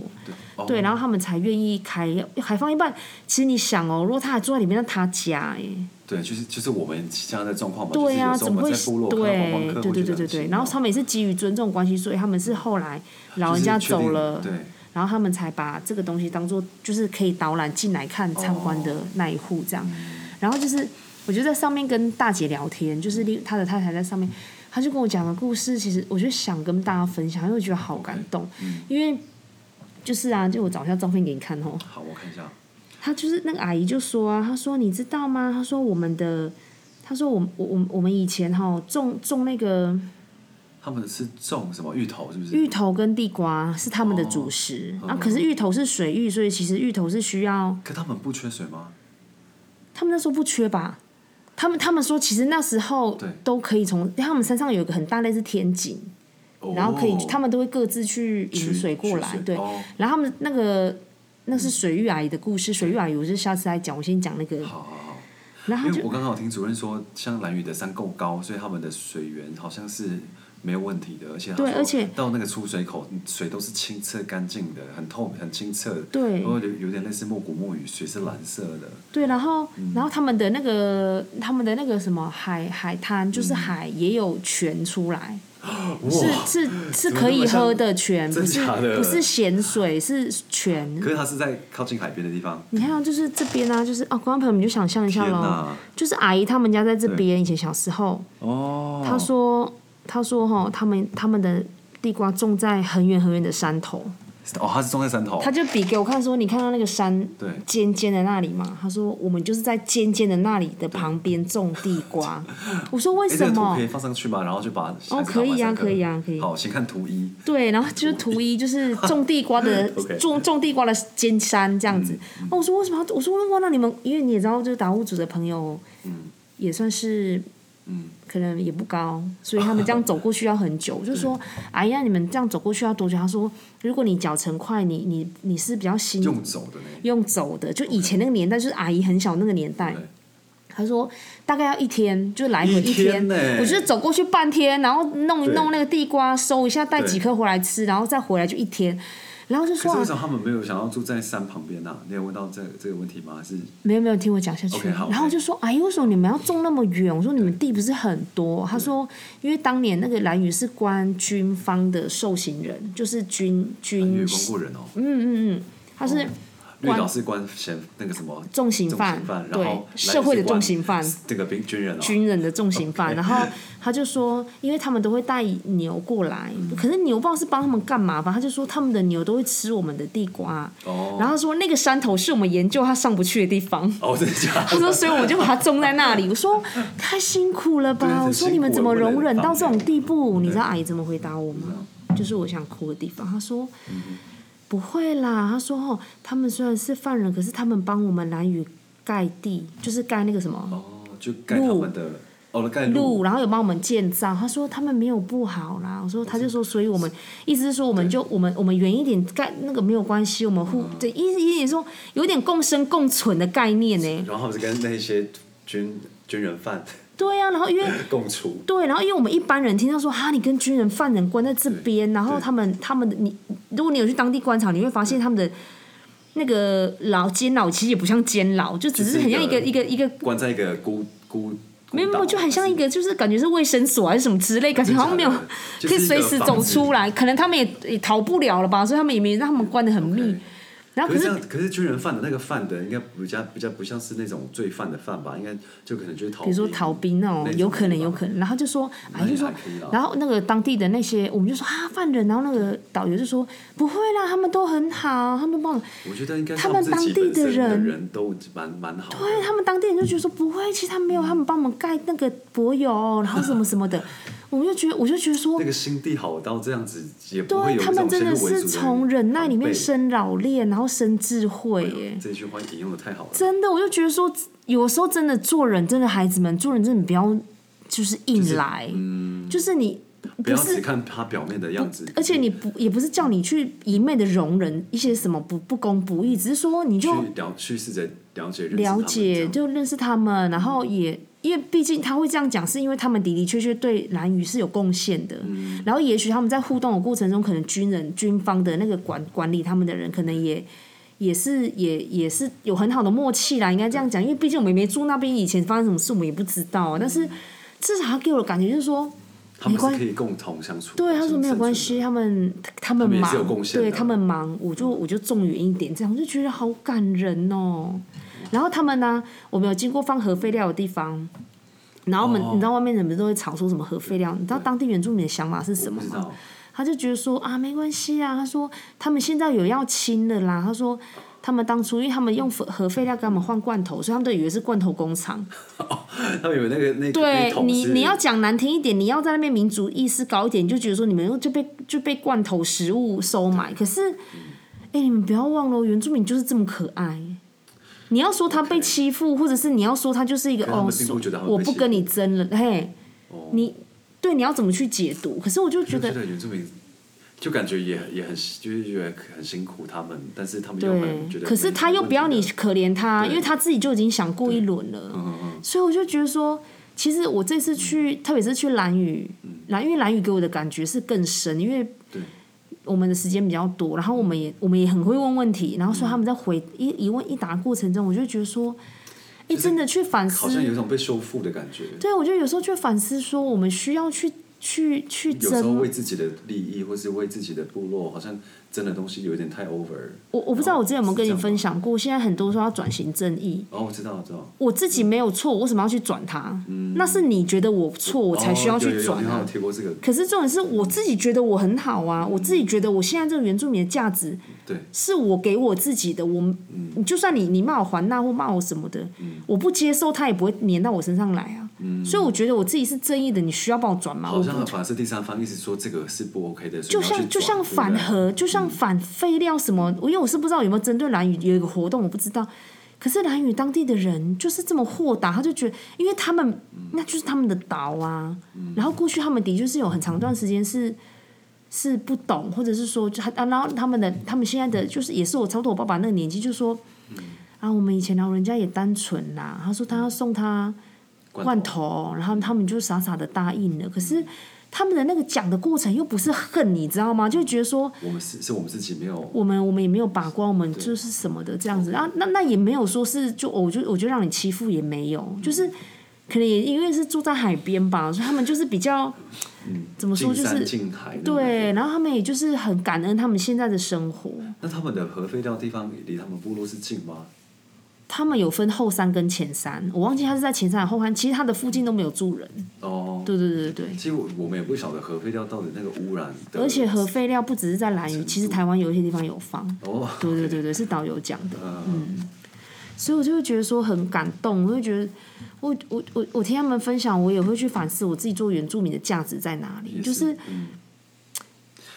Speaker 2: 哦
Speaker 1: 对，然后他们才愿意开开放一半。其实你想哦，如果他还住在里面，那他家哎，
Speaker 2: 对，就是就是我们现在的状况嘛，
Speaker 1: 对
Speaker 2: 呀、
Speaker 1: 啊，
Speaker 2: 就是有时候
Speaker 1: 怎
Speaker 2: 我
Speaker 1: 么
Speaker 2: 们
Speaker 1: 会
Speaker 2: 在部落看到观光
Speaker 1: 对
Speaker 2: 客
Speaker 1: 对对对对对？然后他们也是基于尊重关系，所以他们是后来老
Speaker 2: 们
Speaker 1: 人家走了，
Speaker 2: 对，
Speaker 1: 然后他们才把这个东西当做就是可以导览进来看参观的那一户这样。然后就是我就在上面跟大姐聊天，就是另她的太太在上面，她就跟我讲个故事，其实我就想跟大家分享，因为我觉得好感动，因为。就是啊，就我找一下照片给你看哦。
Speaker 2: 好，我看一下，
Speaker 1: 她就是那个阿姨就说啊，她说你知道吗？她说我们的，她说我我我我们以前哈种种那个
Speaker 2: 他们是种什么芋头，是不是？
Speaker 1: 芋头跟地瓜是他们的主食、啊，可是芋头是水域，所以其实芋头是需要
Speaker 2: 可他们不缺水吗？
Speaker 1: 他们那时候不缺吧？他们他们说其实那时候
Speaker 2: 对
Speaker 1: 都可以从因为他们山上有一个很大类似天井，
Speaker 2: 哦
Speaker 1: 然后可以他们都会各自去
Speaker 2: 取
Speaker 1: 引水过
Speaker 2: 取
Speaker 1: 来
Speaker 2: 水，
Speaker 1: 对
Speaker 2: 哦，
Speaker 1: 然后他们那个。那是水域阿姨的故事，水域阿姨，我是下次再讲，我先讲那个。
Speaker 2: 好好好。
Speaker 1: 然后
Speaker 2: 因
Speaker 1: 他
Speaker 2: 为
Speaker 1: 啊就
Speaker 2: 我刚好听主任说，像蓝屿的山够高，所以他们的水源好像是没有问题的，而且他
Speaker 1: 对
Speaker 2: 说
Speaker 1: 而且
Speaker 2: 到那个出水口，水都是清澈干净的，很透明、很清澈的，
Speaker 1: 对
Speaker 2: 然后有有点类似墨谷墨雨，水是蓝色的，
Speaker 1: 对，然后
Speaker 2: 嗯
Speaker 1: 然后他们的那个他们的那个什么海海滩，就是海也有泉出来，
Speaker 2: 嗯哇！
Speaker 1: 是是是
Speaker 2: 怎么
Speaker 1: 可
Speaker 2: 那么
Speaker 1: 以喝
Speaker 2: 像
Speaker 1: 的泉，
Speaker 2: 真
Speaker 1: 不是
Speaker 2: 假的
Speaker 1: 不是咸水，是泉
Speaker 2: 可。是它是在靠近海边的地方，
Speaker 1: 你看啊，就是这边啊，就是哦，观众朋友们就想象一下
Speaker 2: 天
Speaker 1: 喽，
Speaker 2: 哪！
Speaker 1: 就是阿姨他们家在这边，以前小时候，
Speaker 2: 哦，
Speaker 1: 她说她说哈，他们他们的地瓜种在很远很远的山头，
Speaker 2: 哦，它是种在山头，
Speaker 1: 她就比给我看说，你看到那个山
Speaker 2: 对
Speaker 1: 尖尖的那里嘛，她说我们就是在尖尖的那里的旁边种地 瓜，我说为
Speaker 2: 诶
Speaker 1: 什
Speaker 2: 这个图
Speaker 1: 么
Speaker 2: 可以？放上去吗？然后就把
Speaker 1: 哦，可以啊，可以
Speaker 2: 啊。
Speaker 1: 啊，可以。
Speaker 2: 好，先看图一，
Speaker 1: 对，然后就是图一，就是种地瓜的
Speaker 2: OK 嗯
Speaker 1: 种种地瓜的尖山这样子。哦，我说为什么要？我说哇，那你们因为你也知道，就是达悟组的朋友，也算是，
Speaker 2: 嗯
Speaker 1: 可能也不高，所以他们这样走过去要很久。我就 说，哎呀，你们这样走过去要多久？他说，如果你脚程快，你你你是比较新
Speaker 2: 用走的呢，
Speaker 1: 用走的，就以前那个年代，就是阿姨很小那个年代
Speaker 2: 对。
Speaker 1: 他说大概要一天，就来回一
Speaker 2: 一天呢
Speaker 1: 我就是走过去半天，然后弄一
Speaker 2: 对
Speaker 1: 弄那个地瓜，收一下，带
Speaker 2: 对
Speaker 1: 几颗回来吃，然后再回来就一天。然后就
Speaker 2: 可
Speaker 1: 说、
Speaker 2: 是为
Speaker 1: 啊
Speaker 2: 什么他们没有想要住在山旁边呢？你有问到这个这个问题吗？还是
Speaker 1: 没有没有，听我讲下去。
Speaker 2: OK，好
Speaker 1: 然后我就说，哎，为什么你们要种那么远？我说你们地不是很多？他说，因为当年那个蓝屿是关军方的受刑人，就是军
Speaker 2: 蓝屿
Speaker 1: 军
Speaker 2: 有，光过人哦？
Speaker 1: 嗯嗯嗯，他是
Speaker 2: 绿岛是关嫌那个什么
Speaker 1: 重刑犯，
Speaker 2: 重刑犯然后
Speaker 1: 对
Speaker 2: 蓝屿是
Speaker 1: 社会的
Speaker 2: 关
Speaker 1: 重刑犯，
Speaker 2: 这个兵军人哦，
Speaker 1: 军人的重刑犯，然后他就说，因为他们都会带牛过来，
Speaker 2: 嗯
Speaker 1: 可是牛不知道是帮他们干嘛吧？他就说他们的牛都会吃我们的地瓜，
Speaker 2: 哦
Speaker 1: 然后说那个山头是我们研究它上不去的地 方。
Speaker 2: 哦，真 的假
Speaker 1: 他
Speaker 2: 的？
Speaker 1: 说，所以我就把它种在那里。我说太辛苦了
Speaker 2: 对
Speaker 1: 吧？
Speaker 2: 很
Speaker 1: 我说你们怎么
Speaker 2: 辛苦
Speaker 1: 容忍
Speaker 2: 我
Speaker 1: 到
Speaker 2: 们
Speaker 1: 这种地步？你知道阿姨怎么回答我吗？
Speaker 2: 嗯
Speaker 1: 就是我想哭的地方。她说。不会啦，她说哦，他们虽然是犯人，可是他们帮我们蓝屿盖地，就是盖那个什么，
Speaker 2: 哦，就盖他们的哦，盖
Speaker 1: 路，然后有帮我们建造。他说他们没有不好啦，我说他就说，所以我们意思是说，我们就我们我们远一点盖那个没有关系，我们互对意思有点说有点共生共存的概念呢。
Speaker 2: 然后他们是跟那些军军人犯
Speaker 1: 对呀、啊，然后因为
Speaker 2: 共处，
Speaker 1: 对，然后因为我们一般人听到说哈，你跟军人、犯人关在这边，然后他们他们的你，如果你有去当地观察，你会发现他们的。那个牢监牢其实也不像监牢，就只
Speaker 2: 就是
Speaker 1: 很像一
Speaker 2: 一
Speaker 1: 个
Speaker 2: 个
Speaker 1: 一个一个
Speaker 2: 关在一个孤孤，
Speaker 1: 没有
Speaker 2: 啊
Speaker 1: 没有，就很像一
Speaker 2: 个
Speaker 1: 个就是感觉是卫生所还啊是什么之类，感觉好像没有
Speaker 2: 就
Speaker 1: 可
Speaker 2: 是
Speaker 1: 以
Speaker 2: 一个
Speaker 1: 随时走出来，可能他们也也逃不了了吧，所以他们也没让他们关得很
Speaker 2: 房子。
Speaker 1: 密。
Speaker 2: 对
Speaker 1: 然后
Speaker 2: 可
Speaker 1: 啊可
Speaker 2: 是这
Speaker 1: 是
Speaker 2: 样，可是军人犯的那个犯的，应该比较比较不像是那种罪犯的犯吧？应该就可能就是逃，
Speaker 1: 比如说逃，兵那
Speaker 2: 那
Speaker 1: 种，
Speaker 2: 种
Speaker 1: 有可能
Speaker 2: 地
Speaker 1: 有
Speaker 2: 方
Speaker 1: 可能，然后就说，
Speaker 2: 那
Speaker 1: 啊就
Speaker 2: 也
Speaker 1: 说
Speaker 2: 还可以啦，
Speaker 1: 然后那个当地的那些，我们就说啊犯人，然后那个导游就说不会啦，他们都很好，他们帮我们，
Speaker 2: 我觉得应该是
Speaker 1: 他们
Speaker 2: 自己
Speaker 1: 当地
Speaker 2: 本
Speaker 1: 的
Speaker 2: 身的
Speaker 1: 人
Speaker 2: 人都蛮蛮好的，
Speaker 1: 对他们当地人就觉得说不会，其实他们没有，他们帮我们盖那个柏油，然后什么什么的，我们就觉得我就觉得说
Speaker 2: 那，个心地好到这样子，也不
Speaker 1: 对
Speaker 2: 会有
Speaker 1: 他
Speaker 2: 一
Speaker 1: 们
Speaker 2: 种
Speaker 1: 真的
Speaker 2: 先入为
Speaker 1: 是
Speaker 2: 主
Speaker 1: 从忍耐里面
Speaker 2: 防备
Speaker 1: 生老练，然后生智慧耶。
Speaker 2: 这句话引用的太好了，
Speaker 1: 真的，我就觉得说，有时候真的做人，真的孩子们做人真的不要就是硬来，就是、
Speaker 2: 嗯，
Speaker 1: 你
Speaker 2: 不
Speaker 1: 不
Speaker 2: 要只
Speaker 1: 是，
Speaker 2: 看他表面的样子，
Speaker 1: 而且你不也不是叫你去一昧的容忍一些什么不不公不义，只是说你
Speaker 2: 去
Speaker 1: 就
Speaker 2: 了去试着了解认识他
Speaker 1: 了
Speaker 2: 们这
Speaker 1: 解，
Speaker 2: 样
Speaker 1: 就认识他们，然后也。因为毕竟他会这样讲，是因为他们的的确确对蓝屿是有贡献的。
Speaker 2: 嗯
Speaker 1: 然后也许他们在互动的过程中，可能军人军方的那个管管理他们的人，可能也也是也也是有很好的默契啦，应该这样讲。因为毕竟我们也没住那边，以前发生什么事我们也不知道啊。但是至少他给我的感觉就是说，
Speaker 2: 他们
Speaker 1: 没关
Speaker 2: 是可以共同相处，
Speaker 1: 对，他
Speaker 2: 共
Speaker 1: 说
Speaker 2: 同
Speaker 1: 没有
Speaker 2: 生
Speaker 1: 关
Speaker 2: 存
Speaker 1: 系，他们他们
Speaker 2: 们也
Speaker 1: 忙，
Speaker 2: 是有贡献的
Speaker 1: 对他们忙，我就我就种远一点，这样我就觉得好感人哦。然后他们呢、我们有经过放核废料的地方，然后我们、
Speaker 2: 哦
Speaker 1: 你知道外面人们都会吵说什么核废料，你知道当地原住民的想法是什
Speaker 2: 的，
Speaker 1: 么
Speaker 2: 不知
Speaker 1: 吗？
Speaker 2: 道
Speaker 1: 他就觉得说啊没关系啊，他说他们现在有要清的啦，他说他们当初因为他们用核核废料给他们换罐头，所以他们都以为是罐头工厂。
Speaker 2: 他们以为那个那
Speaker 1: 对
Speaker 2: 那桶
Speaker 1: 你，
Speaker 2: 是
Speaker 1: 你要讲难听一点，你要在那边民族意识高一点，你就觉得说你们就被就被罐头食物收买。可是，哎、你们不要忘了哦，原住民就是这么可爱。你要说他被欺负，或者是你要说他就是一个
Speaker 2: 可他
Speaker 1: 哦
Speaker 2: 们并不觉得他，们被
Speaker 1: 我不跟你争了，嘿，
Speaker 2: 哦
Speaker 1: 你对你要怎么去解读？可是我就觉
Speaker 2: 就
Speaker 1: 得
Speaker 2: 觉得原住民就感觉也也很就是觉得很辛苦他们，但是他们又很觉
Speaker 1: 对，
Speaker 2: 得，
Speaker 1: 可是他又不要你，可怜他，
Speaker 2: 对
Speaker 1: 因为他自己就已经想过一轮了。
Speaker 2: 嗯嗯
Speaker 1: 所以我就觉得说，其实我这次去，特别是去蓝屿，蓝因为蓝屿给我的感觉是更深，因为
Speaker 2: 嗯对嗯
Speaker 1: 我们的时间比较多，然后我们也我们也很会问问题，然后说他们在回一一问一答过程中，我就觉得说，哎、真的去反
Speaker 2: 嗯，好像有
Speaker 1: 思，
Speaker 2: 一种被修复的感觉，
Speaker 1: 对我觉得有时候去反思说，我们需要去去去
Speaker 2: 有时候
Speaker 1: 争
Speaker 2: 为自己的利益或是为自己的部落，好像真的东西有一点太 over。
Speaker 1: 我我不知道我之前有没有跟
Speaker 2: 是这
Speaker 1: 你
Speaker 2: 样吗
Speaker 1: 分享过，现在很多说要转型正义，
Speaker 2: 哦，我知道，我知道，
Speaker 1: 我自己没有错，我为什么要去转它？那是你觉得我错，我才需要
Speaker 2: 哦有有
Speaker 1: 去
Speaker 2: 有
Speaker 1: 转
Speaker 2: 你好
Speaker 1: 啊
Speaker 2: 像。贴过这个，
Speaker 1: 可是重点是我自己觉得我很好啊，我自己觉得我现在这个原住民的价值
Speaker 2: 对，嗯
Speaker 1: 是我给我自己的，我你就算你你骂我还那或骂我什么的，我不接受他也不会粘到我身上来啊。所以我觉得我自己是正义的，你需要帮我转吗？
Speaker 2: 嗯好
Speaker 1: 我
Speaker 2: 像
Speaker 1: 不
Speaker 2: 反而是第三方一直说这个是不 OK 的，所
Speaker 1: 就
Speaker 2: 以你要去啊
Speaker 1: 像就
Speaker 2: 转
Speaker 1: 像反，核，就像反废料什么，因为我是不知道有没有针对蓝宇有一个活动，我不知道。可是蓝宇当地的人就是这么豁达，他就觉得，因为他们那就是他们的岛啊。然后过去他们的确是有很长一段时间是是不懂，或者是说就他啊，然后他们的他们现在的就是也是我差不多我爸爸那个年纪，就说啊，我们以前老人家也单纯啦。他说他要送他
Speaker 2: 罐
Speaker 1: 罐头，然后他们就傻傻的答应了。可是他们的那个讲的过程又不是恨，你知道吗？就觉得说
Speaker 2: 对我们是是我们自己没有，
Speaker 1: 我们我们也没有把关，我们就是什么的这样子。然后啊那那也没有说是就哦我就我就让你欺负也没有，就是可能也因为是住在海边吧，所以他们就是比较怎么说
Speaker 2: 进
Speaker 1: 就
Speaker 2: 山
Speaker 1: 是。
Speaker 2: 进海那种感觉
Speaker 1: 对，然后他们也就是很感恩他们现在的生活。
Speaker 2: 那他们的核废料地方离他们部落是近吗？
Speaker 1: 他们有分后山跟前山，我忘记他是在前山还是后山，其实他的附近都没有住人。
Speaker 2: 哦，
Speaker 1: 对对对对对。
Speaker 2: 其实我我们也不晓得核废料到底那个污染的，
Speaker 1: 而且核废料不只是在兰屿，
Speaker 2: 程度
Speaker 1: 其实台湾有一些地方有放。
Speaker 2: 哦，
Speaker 1: 对对对对，是导游讲的，
Speaker 2: 嗯，
Speaker 1: 所以我就会觉得说很感动，我就觉得我我我我听他们分享，我也会去反思我自己做原住民的价值在哪里。
Speaker 2: 也
Speaker 1: 就是
Speaker 2: 嗯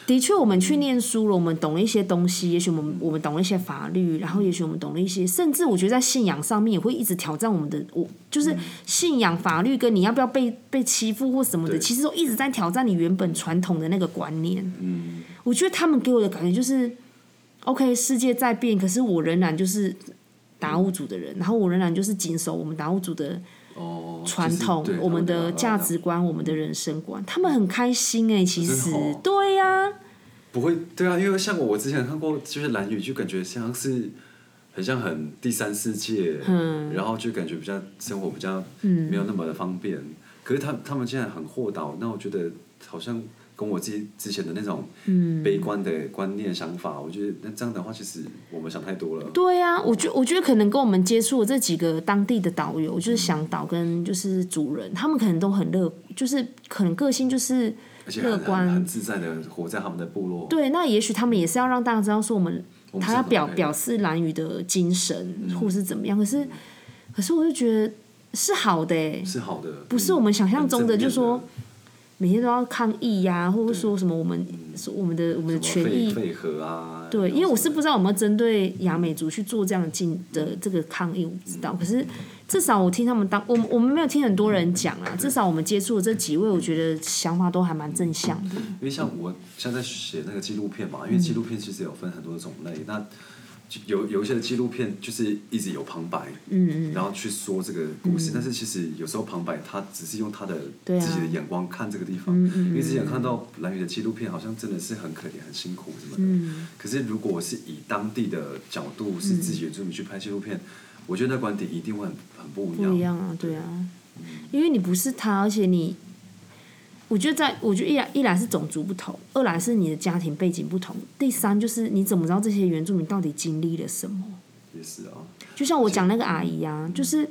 Speaker 1: 的确，我们去念书了，我们懂了一些东西，也许我们我们懂了一些法律，然后也许我们懂了一些，甚至我觉得在信仰上面也会一直挑战我们的，我
Speaker 2: 嗯
Speaker 1: 就是信仰、法律跟你要不要被被欺负或什么的，
Speaker 2: 对
Speaker 1: 其实都一直在挑战你原本传统的那个观念。
Speaker 2: 嗯，
Speaker 1: 我觉得他们给我的感觉就是，OK，世界在变，可是我仍然就是达悟组的
Speaker 2: 嗯
Speaker 1: 人，然后我仍然就是谨守我们达悟组的
Speaker 2: 哦，
Speaker 1: 传统、
Speaker 2: 就是对
Speaker 1: 我们
Speaker 2: 啊
Speaker 1: 的价值观、我们的人生观。他们很开心哎、其实、
Speaker 2: 真的哦
Speaker 1: 对呀、
Speaker 2: 不会，对啊，因为像我我之前看过，就是蓝雨，就感觉像是很像很第三世界，
Speaker 1: 嗯
Speaker 2: 然后就感觉比较生活比较嗯没有那么的方便。
Speaker 1: 嗯
Speaker 2: 可是他他们竟然很豁达，那我觉得好像跟我自己之前的那种
Speaker 1: 嗯
Speaker 2: 悲观的观念想法，我觉得那这样的话，其实我们想太多了。
Speaker 1: 对呀、我觉我觉得可能跟我们接触的这几个当地的导游，就是向导跟就是主人，他们可能都很乐，就是可能个性就是。
Speaker 2: 而且很
Speaker 1: 乐观
Speaker 2: 很很自在的活在他们的部落，
Speaker 1: 对，那也许他们也是要让大家知道说我们
Speaker 2: 我们
Speaker 1: 他
Speaker 2: 是
Speaker 1: 要
Speaker 2: 很
Speaker 1: 表
Speaker 2: OK 的
Speaker 1: 表示蓝宇的精神，
Speaker 2: 嗯
Speaker 1: 或是怎么样。可是，可是我就觉得是好的、欸，
Speaker 2: 是好的，
Speaker 1: 不是我们想象中的，
Speaker 2: 很
Speaker 1: 就
Speaker 2: 正面
Speaker 1: 说每天都要抗议呀、或者说什么我们说我们的我们的
Speaker 2: 的
Speaker 1: 呃权
Speaker 2: 什么废
Speaker 1: 益。
Speaker 2: 废核啊，
Speaker 1: 对，因为我是不
Speaker 2: 知
Speaker 1: 知道有没有针对亚美族去做这样的进的这个抗议，我不知道。可是至少我听他们当，我们我们没有听很多人讲啊，至少我们接触的这几位，我觉得想法都还蛮正向的。
Speaker 2: 因为像我现在在写那个纪录片嘛，
Speaker 1: 嗯
Speaker 2: 因为纪录片其实有分很多种类，那就有有一些纪录片就是一直有旁白，嗯然后去说这个故事，但是其实有时候旁白他只是用他的
Speaker 1: 嗯对啊嗯
Speaker 2: 自己的眼光看这个地方，因为之前看到蓝宇的纪录片好像真的是很可怜、很辛苦什么的，
Speaker 1: 嗯
Speaker 2: 可是如果是以当地的角度是自己原住民去拍纪录片，我觉得那观点一定会很很不一样，
Speaker 1: 嗯不一样啊，对啊，因为你不是他，而且你，我觉得在，我觉得一来一来是种族不同，二来是你的家庭背景不同，第三就是你怎么知道这些原住民到底经历了什么？
Speaker 2: 也是啊，
Speaker 1: 就像我讲那个阿姨啊，就是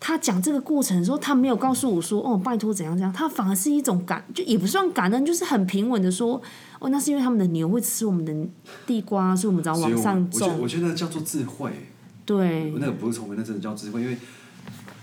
Speaker 1: 他讲这个过程的时候，他没有告诉我说哦，拜托怎样怎样，他反而是一种感，就也不算感恩，就是很平稳的说哦，那是因为他们的牛会吃我们的地瓜，所以我们只要
Speaker 2: 所以
Speaker 1: 往
Speaker 2: 我
Speaker 1: 上
Speaker 2: 我觉得
Speaker 1: 种
Speaker 2: 我。觉得叫做智慧，
Speaker 1: 对，
Speaker 2: 那个不是聪明，那真的叫智慧，因为。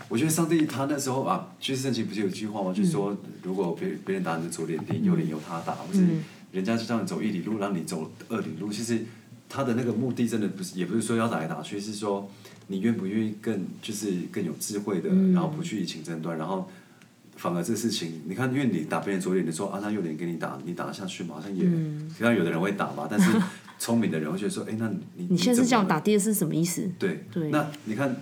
Speaker 2: 我觉得上帝他那时候啊，去圣经不是有一句话吗？就是说，
Speaker 1: 嗯
Speaker 2: 如果别别人打你的左脸，你右脸由他打，或是
Speaker 1: 嗯
Speaker 2: 人家就让你走一里路，让你走二里路。其实他的那个目的真的不是，也不是说要打来打去，是说你愿不愿意更就是更有智慧的，
Speaker 1: 嗯
Speaker 2: 然后不去以情争端，然后反而这事情，你看，因为你打别人左脸，你说啊，他右脸给你打，你打得下去吗？好像也，
Speaker 1: 嗯
Speaker 2: 虽然有的人会打吧，但是 聪明的人会觉得说，哎，那你你
Speaker 1: 你现在
Speaker 2: 怎
Speaker 1: 是
Speaker 2: 么
Speaker 1: 叫我
Speaker 2: 了
Speaker 1: 打第二次是什么意思？
Speaker 2: 对，
Speaker 1: 对
Speaker 2: 那你看，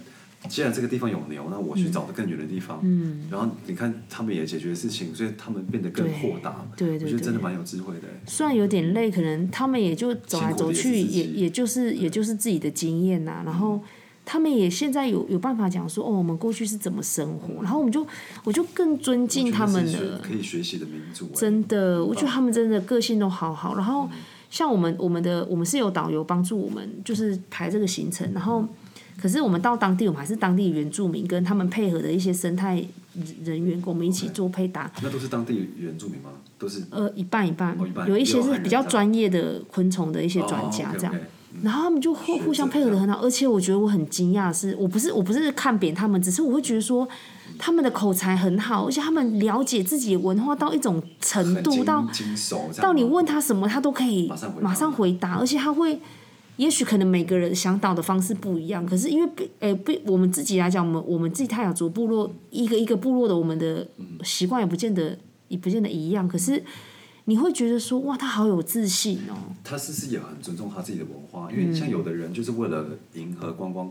Speaker 2: 既然这个地方有牛，那我去找更远的地方。嗯。然后你看，他们也解决事情，所以他们变得更
Speaker 1: 对
Speaker 2: 豁达。
Speaker 1: 对对
Speaker 2: 我觉得真的
Speaker 1: 对。
Speaker 2: 蛮有智慧的。
Speaker 1: 虽然有点累，可能他们也就走来走去，
Speaker 2: 辛苦的
Speaker 1: 也
Speaker 2: 也是自己
Speaker 1: 也就是也就是自己的经验呐、然后他们也现在有有办法讲说，哦，我们过去是怎么生活，然后我们就我就更尊敬他们呃
Speaker 2: 我觉得
Speaker 1: 了
Speaker 2: 是。可以学习的民族。哎
Speaker 1: 真的，我觉得他们真的个性都好好。然
Speaker 2: 嗯
Speaker 1: 后像我们我们的我们是有导游帮助我们，就是排这个行程。然
Speaker 2: 嗯
Speaker 1: 后可是我们到当地，我们还是当地原住民跟他们配合的一些生态人员，跟我们一起
Speaker 2: OK
Speaker 1: 做配搭。
Speaker 2: 哎那都是当地原住民吗？都是
Speaker 1: 呃，一半一半
Speaker 2: 哦一，半
Speaker 1: 有一些
Speaker 2: 有
Speaker 1: 是
Speaker 2: 很
Speaker 1: 比较
Speaker 2: 认真
Speaker 1: 专业的昆虫的一些
Speaker 2: 哦
Speaker 1: 专家这样。然后他们就互
Speaker 2: 学
Speaker 1: 互相
Speaker 2: 者
Speaker 1: 配合
Speaker 2: 这
Speaker 1: 的
Speaker 2: 样
Speaker 1: 很好，而且我觉得我很惊讶的是，我不是我不是看扁他们，只是我会觉得说他们的口才很好，而且他们了解自己的文化到一种程度，到
Speaker 2: 到精熟这样。
Speaker 1: 到你问他什么，他都可以
Speaker 2: 马上回答
Speaker 1: 马上回答，而且他会，也许可能每个人想到的方式不一样，可是因为被呃被我们自己来讲，我们我们自己泰雅族部落一个一个部落的我们的
Speaker 2: 嗯
Speaker 1: 习惯也不见得也不见得一样，可是你会觉得说哇，他好有自信哦，
Speaker 2: 他是不是也很尊重他自己的文
Speaker 1: 嗯
Speaker 2: 化？因为像有的人就是为了迎合观光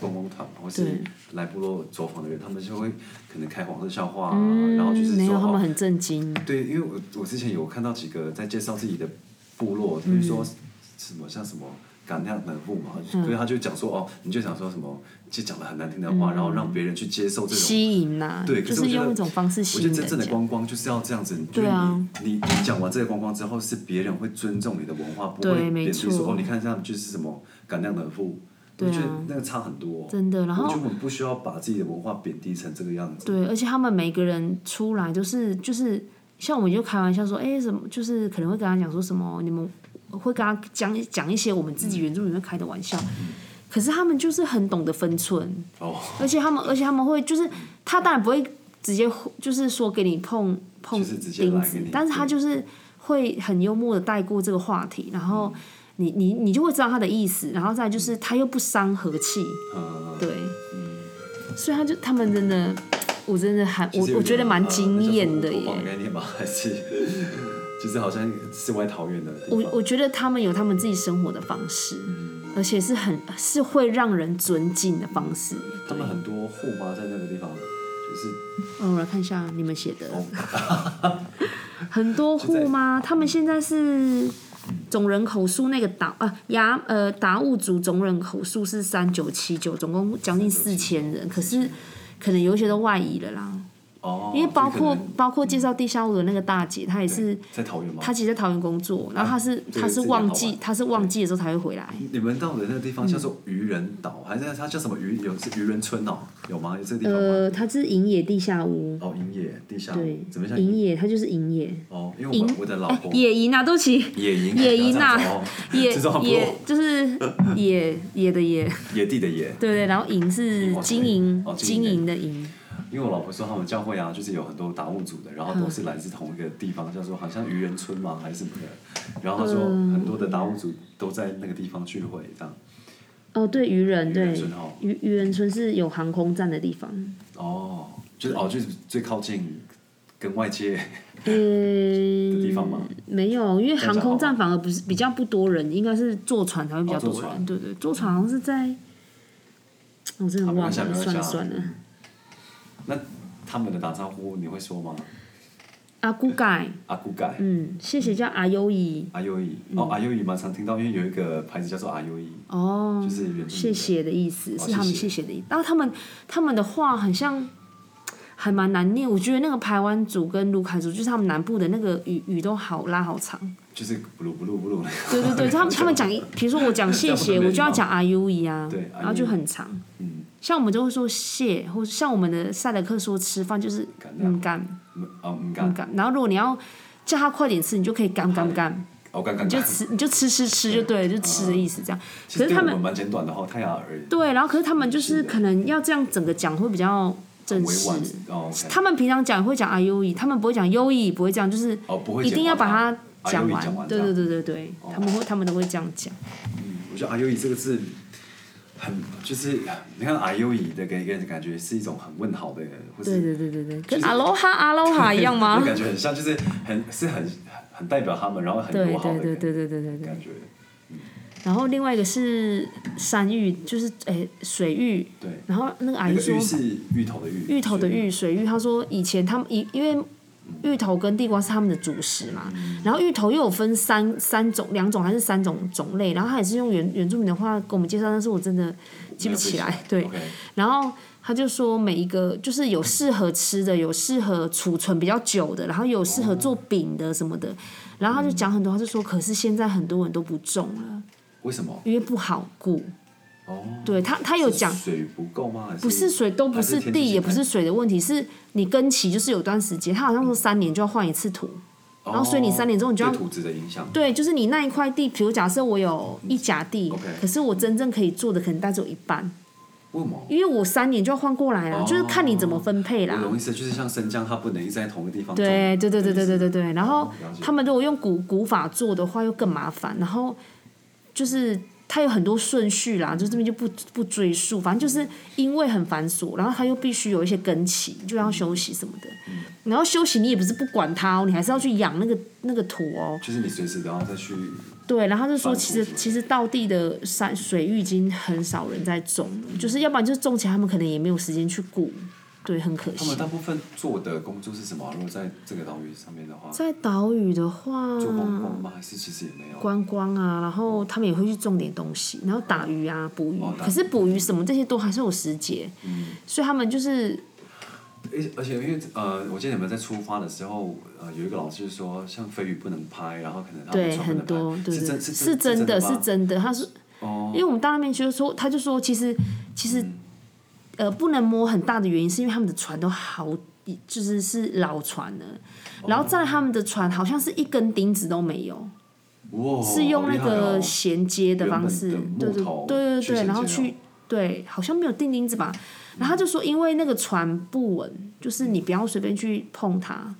Speaker 2: 观光团或是
Speaker 1: 对
Speaker 2: 来部落走访的人，他们就会可能开黄色笑话啊，
Speaker 1: 嗯，
Speaker 2: 然后就是
Speaker 1: 没
Speaker 2: 说
Speaker 1: 有他
Speaker 2: 哦
Speaker 1: 们很震惊，
Speaker 2: 对，因为我我之前有看到几个在介绍自己的部落，比如
Speaker 1: 嗯
Speaker 2: 说什么像什么感量门户嘛，所以他就讲说哦，你就想说什么，就讲了很难听的话，然后让别人去接受这种。
Speaker 1: 嗯吸引呐、
Speaker 2: 对可
Speaker 1: 就是是
Speaker 2: 我觉得
Speaker 1: 用一种方式
Speaker 2: 我
Speaker 1: 吸
Speaker 2: 觉
Speaker 1: 引
Speaker 2: 得真
Speaker 1: 人
Speaker 2: 正的
Speaker 1: 家。
Speaker 2: 观光就是要这样子，就是
Speaker 1: 对啊
Speaker 2: 你你你讲完这个观光之后，是别人会尊重你的文化，不
Speaker 1: 对
Speaker 2: 会
Speaker 1: 没
Speaker 2: 贬低说
Speaker 1: 错
Speaker 2: 哦，你看他们就是什么感量门户，我
Speaker 1: 对啊
Speaker 2: 觉得那个差很多。哦
Speaker 1: 真的然后
Speaker 2: 我觉得我们不需要把自己的文化贬低成这个样子。
Speaker 1: 对，而且他们每个人出来就是就是，像我们就开玩笑说，哎、什么就是可能会跟他讲说什么，你们会跟他讲讲一些我们自己原著里面开的玩笑，可是他们就是很懂得分寸，
Speaker 2: 哦，
Speaker 1: 而且他们而且他们会就是他当然不会直接就是说给你碰碰
Speaker 2: 就是直接
Speaker 1: 钉
Speaker 2: 来
Speaker 1: 子
Speaker 2: 给你，
Speaker 1: 但是他
Speaker 2: 对
Speaker 1: 就是会很幽默的带过这个话题，然后你你你就会知道他的意思，然后再来就是他又不伤和气。
Speaker 2: 嗯，
Speaker 1: 对，所以他就他们真的，我真的还
Speaker 2: 就
Speaker 1: 我
Speaker 2: 是有
Speaker 1: 我觉得
Speaker 2: 点
Speaker 1: 蛮
Speaker 2: 呃
Speaker 1: 惊艳的
Speaker 2: 那叫做国
Speaker 1: 耶。
Speaker 2: 宝概念吧， 还是就是好像世外桃源的地
Speaker 1: 我
Speaker 2: 方。
Speaker 1: 我觉得他们有他们自己生活的方式，
Speaker 2: 嗯
Speaker 1: 而且是很是会让人尊敬的方式。
Speaker 2: 他们很多户吗？在那个地方，就是
Speaker 1: 嗯，我来看一下你们写的，
Speaker 2: 哦，
Speaker 1: 很多户吗？他们现在是总人口数那个达啊牙呃达悟族总人口数是三九七九，总共将近四千人，可是可能有一些都外移了啦，
Speaker 2: 哦，
Speaker 1: 因为包括
Speaker 2: 就可能
Speaker 1: 包括介绍地下路的那个大姐，她也是。
Speaker 2: 在桃园吗？
Speaker 1: 他其实在桃园工作，然后他是、
Speaker 2: 这个
Speaker 1: 他是
Speaker 2: 这个
Speaker 1: 旺
Speaker 2: 好嗯
Speaker 1: 季
Speaker 2: 玩，
Speaker 1: 他是旺季的时候才会回来。
Speaker 2: 你们到的那个地方叫做
Speaker 1: 嗯
Speaker 2: 渔人岛，还是它叫什么渔？有是渔人村哦，有吗？有这个地方吗？
Speaker 1: 呃，他是营野地下屋，
Speaker 2: 哦，营野地下，
Speaker 1: 对
Speaker 2: 怎么，像
Speaker 1: 营野他就是营野，
Speaker 2: 哦，因为我我的老
Speaker 1: 哎
Speaker 2: 公
Speaker 1: 野营啊，对不 起，
Speaker 2: 野营，
Speaker 1: 野营啊
Speaker 2: 啊，哦
Speaker 1: 野
Speaker 2: 这种不
Speaker 1: 野 就是野野的野，
Speaker 2: 野地的野，
Speaker 1: 对对，然后营是
Speaker 2: 营哦
Speaker 1: 经营
Speaker 2: 哦
Speaker 1: 经
Speaker 2: 经营
Speaker 1: 营的营，
Speaker 2: 因为我老婆说他们教会啊，就是有很多达悟族的，然后都是来自同一个地方，叫做好像渔人村嘛还是什么的。然后她说
Speaker 1: 嗯
Speaker 2: 很多的达悟族都在那个地方聚会，这样。
Speaker 1: 哦对，渔人
Speaker 2: 渔人
Speaker 1: 对
Speaker 2: 村哦，
Speaker 1: 渔渔人村是有航空站的地方，
Speaker 2: 哦，就是哦，就是最靠近跟外界
Speaker 1: 呃，
Speaker 2: 的地方嘛。
Speaker 1: 没有，因为
Speaker 2: 这
Speaker 1: 航
Speaker 2: 样讲
Speaker 1: 空站
Speaker 2: 好吗嗯
Speaker 1: 反而不是比较不多人，应该是坐船才会比较
Speaker 2: 哦
Speaker 1: 多
Speaker 2: 坐
Speaker 1: 人。
Speaker 2: 船
Speaker 1: 对对，坐船好像是在，我真的
Speaker 2: 好没
Speaker 1: 忘
Speaker 2: 关系啊
Speaker 1: 了，
Speaker 2: 没关系
Speaker 1: 算
Speaker 2: 啊
Speaker 1: 了算了。
Speaker 2: 那他们的打招呼你会说吗？
Speaker 1: 阿姑盖，
Speaker 2: 阿古盖、
Speaker 1: 啊嗯，谢谢叫阿优姨
Speaker 2: 阿优伊，哦，阿优伊蛮常听到，因为有一个牌子叫做阿优伊，
Speaker 1: 哦
Speaker 2: 就，是原住民的哦
Speaker 1: 谢。谢的意思是
Speaker 2: 谢
Speaker 1: 他们谢
Speaker 2: 谢
Speaker 1: 谢的意思。然后他们他们的话很像。还蛮难念，我觉得那个台湾族跟卢凯族，就是他们南部的那个语语都好拉好长。
Speaker 2: 就是布鲁布鲁布鲁。
Speaker 1: 对 对对，他们他们讲一，比如说我讲谢谢，
Speaker 2: 这样不能
Speaker 1: 我就要
Speaker 2: 礼貌
Speaker 1: 讲阿 U 姨啊
Speaker 2: 对，
Speaker 1: 然后就很长。
Speaker 2: 嗯，
Speaker 1: 像我们就会说谢，或像我们的萨德克说吃饭就是
Speaker 2: 干
Speaker 1: 嗯干
Speaker 2: 唔啊唔
Speaker 1: 嗯
Speaker 2: 干，
Speaker 1: 干，然后如果你要叫他快点吃，你就可以干干干，
Speaker 2: 哦干干
Speaker 1: 你就
Speaker 2: 干。
Speaker 1: 吃你就吃吃吃就对了，就吃的意思这样。
Speaker 2: 啊其
Speaker 1: 可
Speaker 2: 实
Speaker 1: 是
Speaker 2: 对
Speaker 1: 他
Speaker 2: 我
Speaker 1: 们
Speaker 2: 们蛮简短的哦哈，太阳而已。
Speaker 1: 对，然后可是他们就是可能要这样整个讲会比较正
Speaker 2: 委
Speaker 1: 式。
Speaker 2: 婉哦，OK，
Speaker 1: 他们平常讲会讲啊优异，他们不会讲优异，不会这样，就是
Speaker 2: 哦不会
Speaker 1: 一定要把它
Speaker 2: 讲
Speaker 1: 完。
Speaker 2: 讲完
Speaker 1: 对
Speaker 2: 这
Speaker 1: 对
Speaker 2: 样哦
Speaker 1: 对对对，他们会他们都会这样讲。
Speaker 2: 我觉得阿优以这个字很就是你看阿优以的给给人的感觉是一种很问好的，或
Speaker 1: 对
Speaker 2: 是
Speaker 1: 对对对对，跟
Speaker 2: 是
Speaker 1: 阿罗哈阿罗哈一样吗
Speaker 2: 就？感觉很像，就是很是很很代表他们，然后很
Speaker 1: 对
Speaker 2: 友好
Speaker 1: 对
Speaker 2: 的
Speaker 1: 对对对对对对。
Speaker 2: 感觉。
Speaker 1: 然后另外一个是山芋，就是诶水芋。
Speaker 2: 对，
Speaker 1: 然后那个阿
Speaker 2: 那
Speaker 1: 姨
Speaker 2: 个
Speaker 1: 说
Speaker 2: 芋是芋头的芋，
Speaker 1: 芋头的芋水芋，她说以前他们因因为芋头跟地瓜是他们的主食嘛，然后芋头又有分三三种两种还是三种种类，然后她也是用原原住民的话给我们介绍，但是我真的记不起来。对，
Speaker 2: OK，
Speaker 1: 然后他就说每一个就是有适合吃的，有适合储存比较久的，然后有适合做饼的什么的。然后他就讲很多，他就说，可是现在很多人都不种了，
Speaker 2: 为什么？
Speaker 1: 因为不好顾。
Speaker 2: 哦，
Speaker 1: 对他，他有讲
Speaker 2: 是，水不够吗？还
Speaker 1: 不是水都不是
Speaker 2: 还天气
Speaker 1: 地，也
Speaker 2: 性
Speaker 1: 不是水的问题，是你根期就是有段时间，他好像说三年就要换一次土。
Speaker 2: 哦
Speaker 1: 然后所以你三年之后你就要
Speaker 2: 对土质的影响。
Speaker 1: 对，就是你那一块地，比如假设我有一甲地
Speaker 2: 嗯 OK，
Speaker 1: 可是我真正可以做的可能大概只有一半，
Speaker 2: 为什么？
Speaker 1: 因为我三年就要换过来了，就是看你怎么分配啦。
Speaker 2: 我容易是就是像生姜，它不能一直在同一个地方种。
Speaker 1: 对对对对对
Speaker 2: 对
Speaker 1: 对对对。然后
Speaker 2: 了解
Speaker 1: 他们如果用古古法做的话，又更麻烦。然后就是它有很多顺序啦，就这边就不不追溯。反正就是因为很繁琐，然后它又必须有一些根期，就要休息什么的。
Speaker 2: 嗯
Speaker 1: 然后休息你也不是不管它哦，你还是要去养那个那个土哦。
Speaker 2: 就是你随时然后再去
Speaker 1: 对，然后他就说，
Speaker 2: 繁
Speaker 1: 其
Speaker 2: 复
Speaker 1: 实
Speaker 2: 是吧
Speaker 1: 其实道地的山水域已经很少人在种了，就是要不然就是种起来，他们可能也没有时间去顾，对，很可
Speaker 2: 他
Speaker 1: 惜
Speaker 2: 们。大部分做的工作是什么啊？如果在这个岛屿上面的话，
Speaker 1: 在岛屿的话，
Speaker 2: 做观光吗？还是其实也没有？
Speaker 1: 观光啊，然后他们也会去种点东西，然后打鱼啊、捕鱼。
Speaker 2: 哦打鱼嗯
Speaker 1: 可是捕鱼什么这些都还是有时节，所以他们就是
Speaker 2: 而且而且因为呃，我记得你们在出发的时候，呃，有一个老师说，像飞鱼不能拍，然后可能他们
Speaker 1: 对
Speaker 2: 船不
Speaker 1: 很
Speaker 2: 能
Speaker 1: 多，
Speaker 2: 拍，
Speaker 1: 对
Speaker 2: 是
Speaker 1: 对，
Speaker 2: 真
Speaker 1: 对
Speaker 2: 是
Speaker 1: 真的，是
Speaker 2: 吗哦
Speaker 1: 真的。他说，因为我们到那边去就说，他就说其实其实、
Speaker 2: 嗯
Speaker 1: 呃不能摸很大的原因是因为他们的船都好。就是是老船了，
Speaker 2: 哦
Speaker 1: 然后在他们的船好像是一根钉子都没有，
Speaker 2: 哇，
Speaker 1: 是用那
Speaker 2: 好厉害
Speaker 1: 个
Speaker 2: 哦
Speaker 1: 衔接的方式，
Speaker 2: 原
Speaker 1: 对
Speaker 2: 本的
Speaker 1: 对
Speaker 2: 木头
Speaker 1: 对对
Speaker 2: 去衔
Speaker 1: 对，
Speaker 2: 接
Speaker 1: 然后
Speaker 2: 哦
Speaker 1: 去对，好像没有钉钉子吧。然后他就说，因为那个船不稳，就是你不要随便去碰它。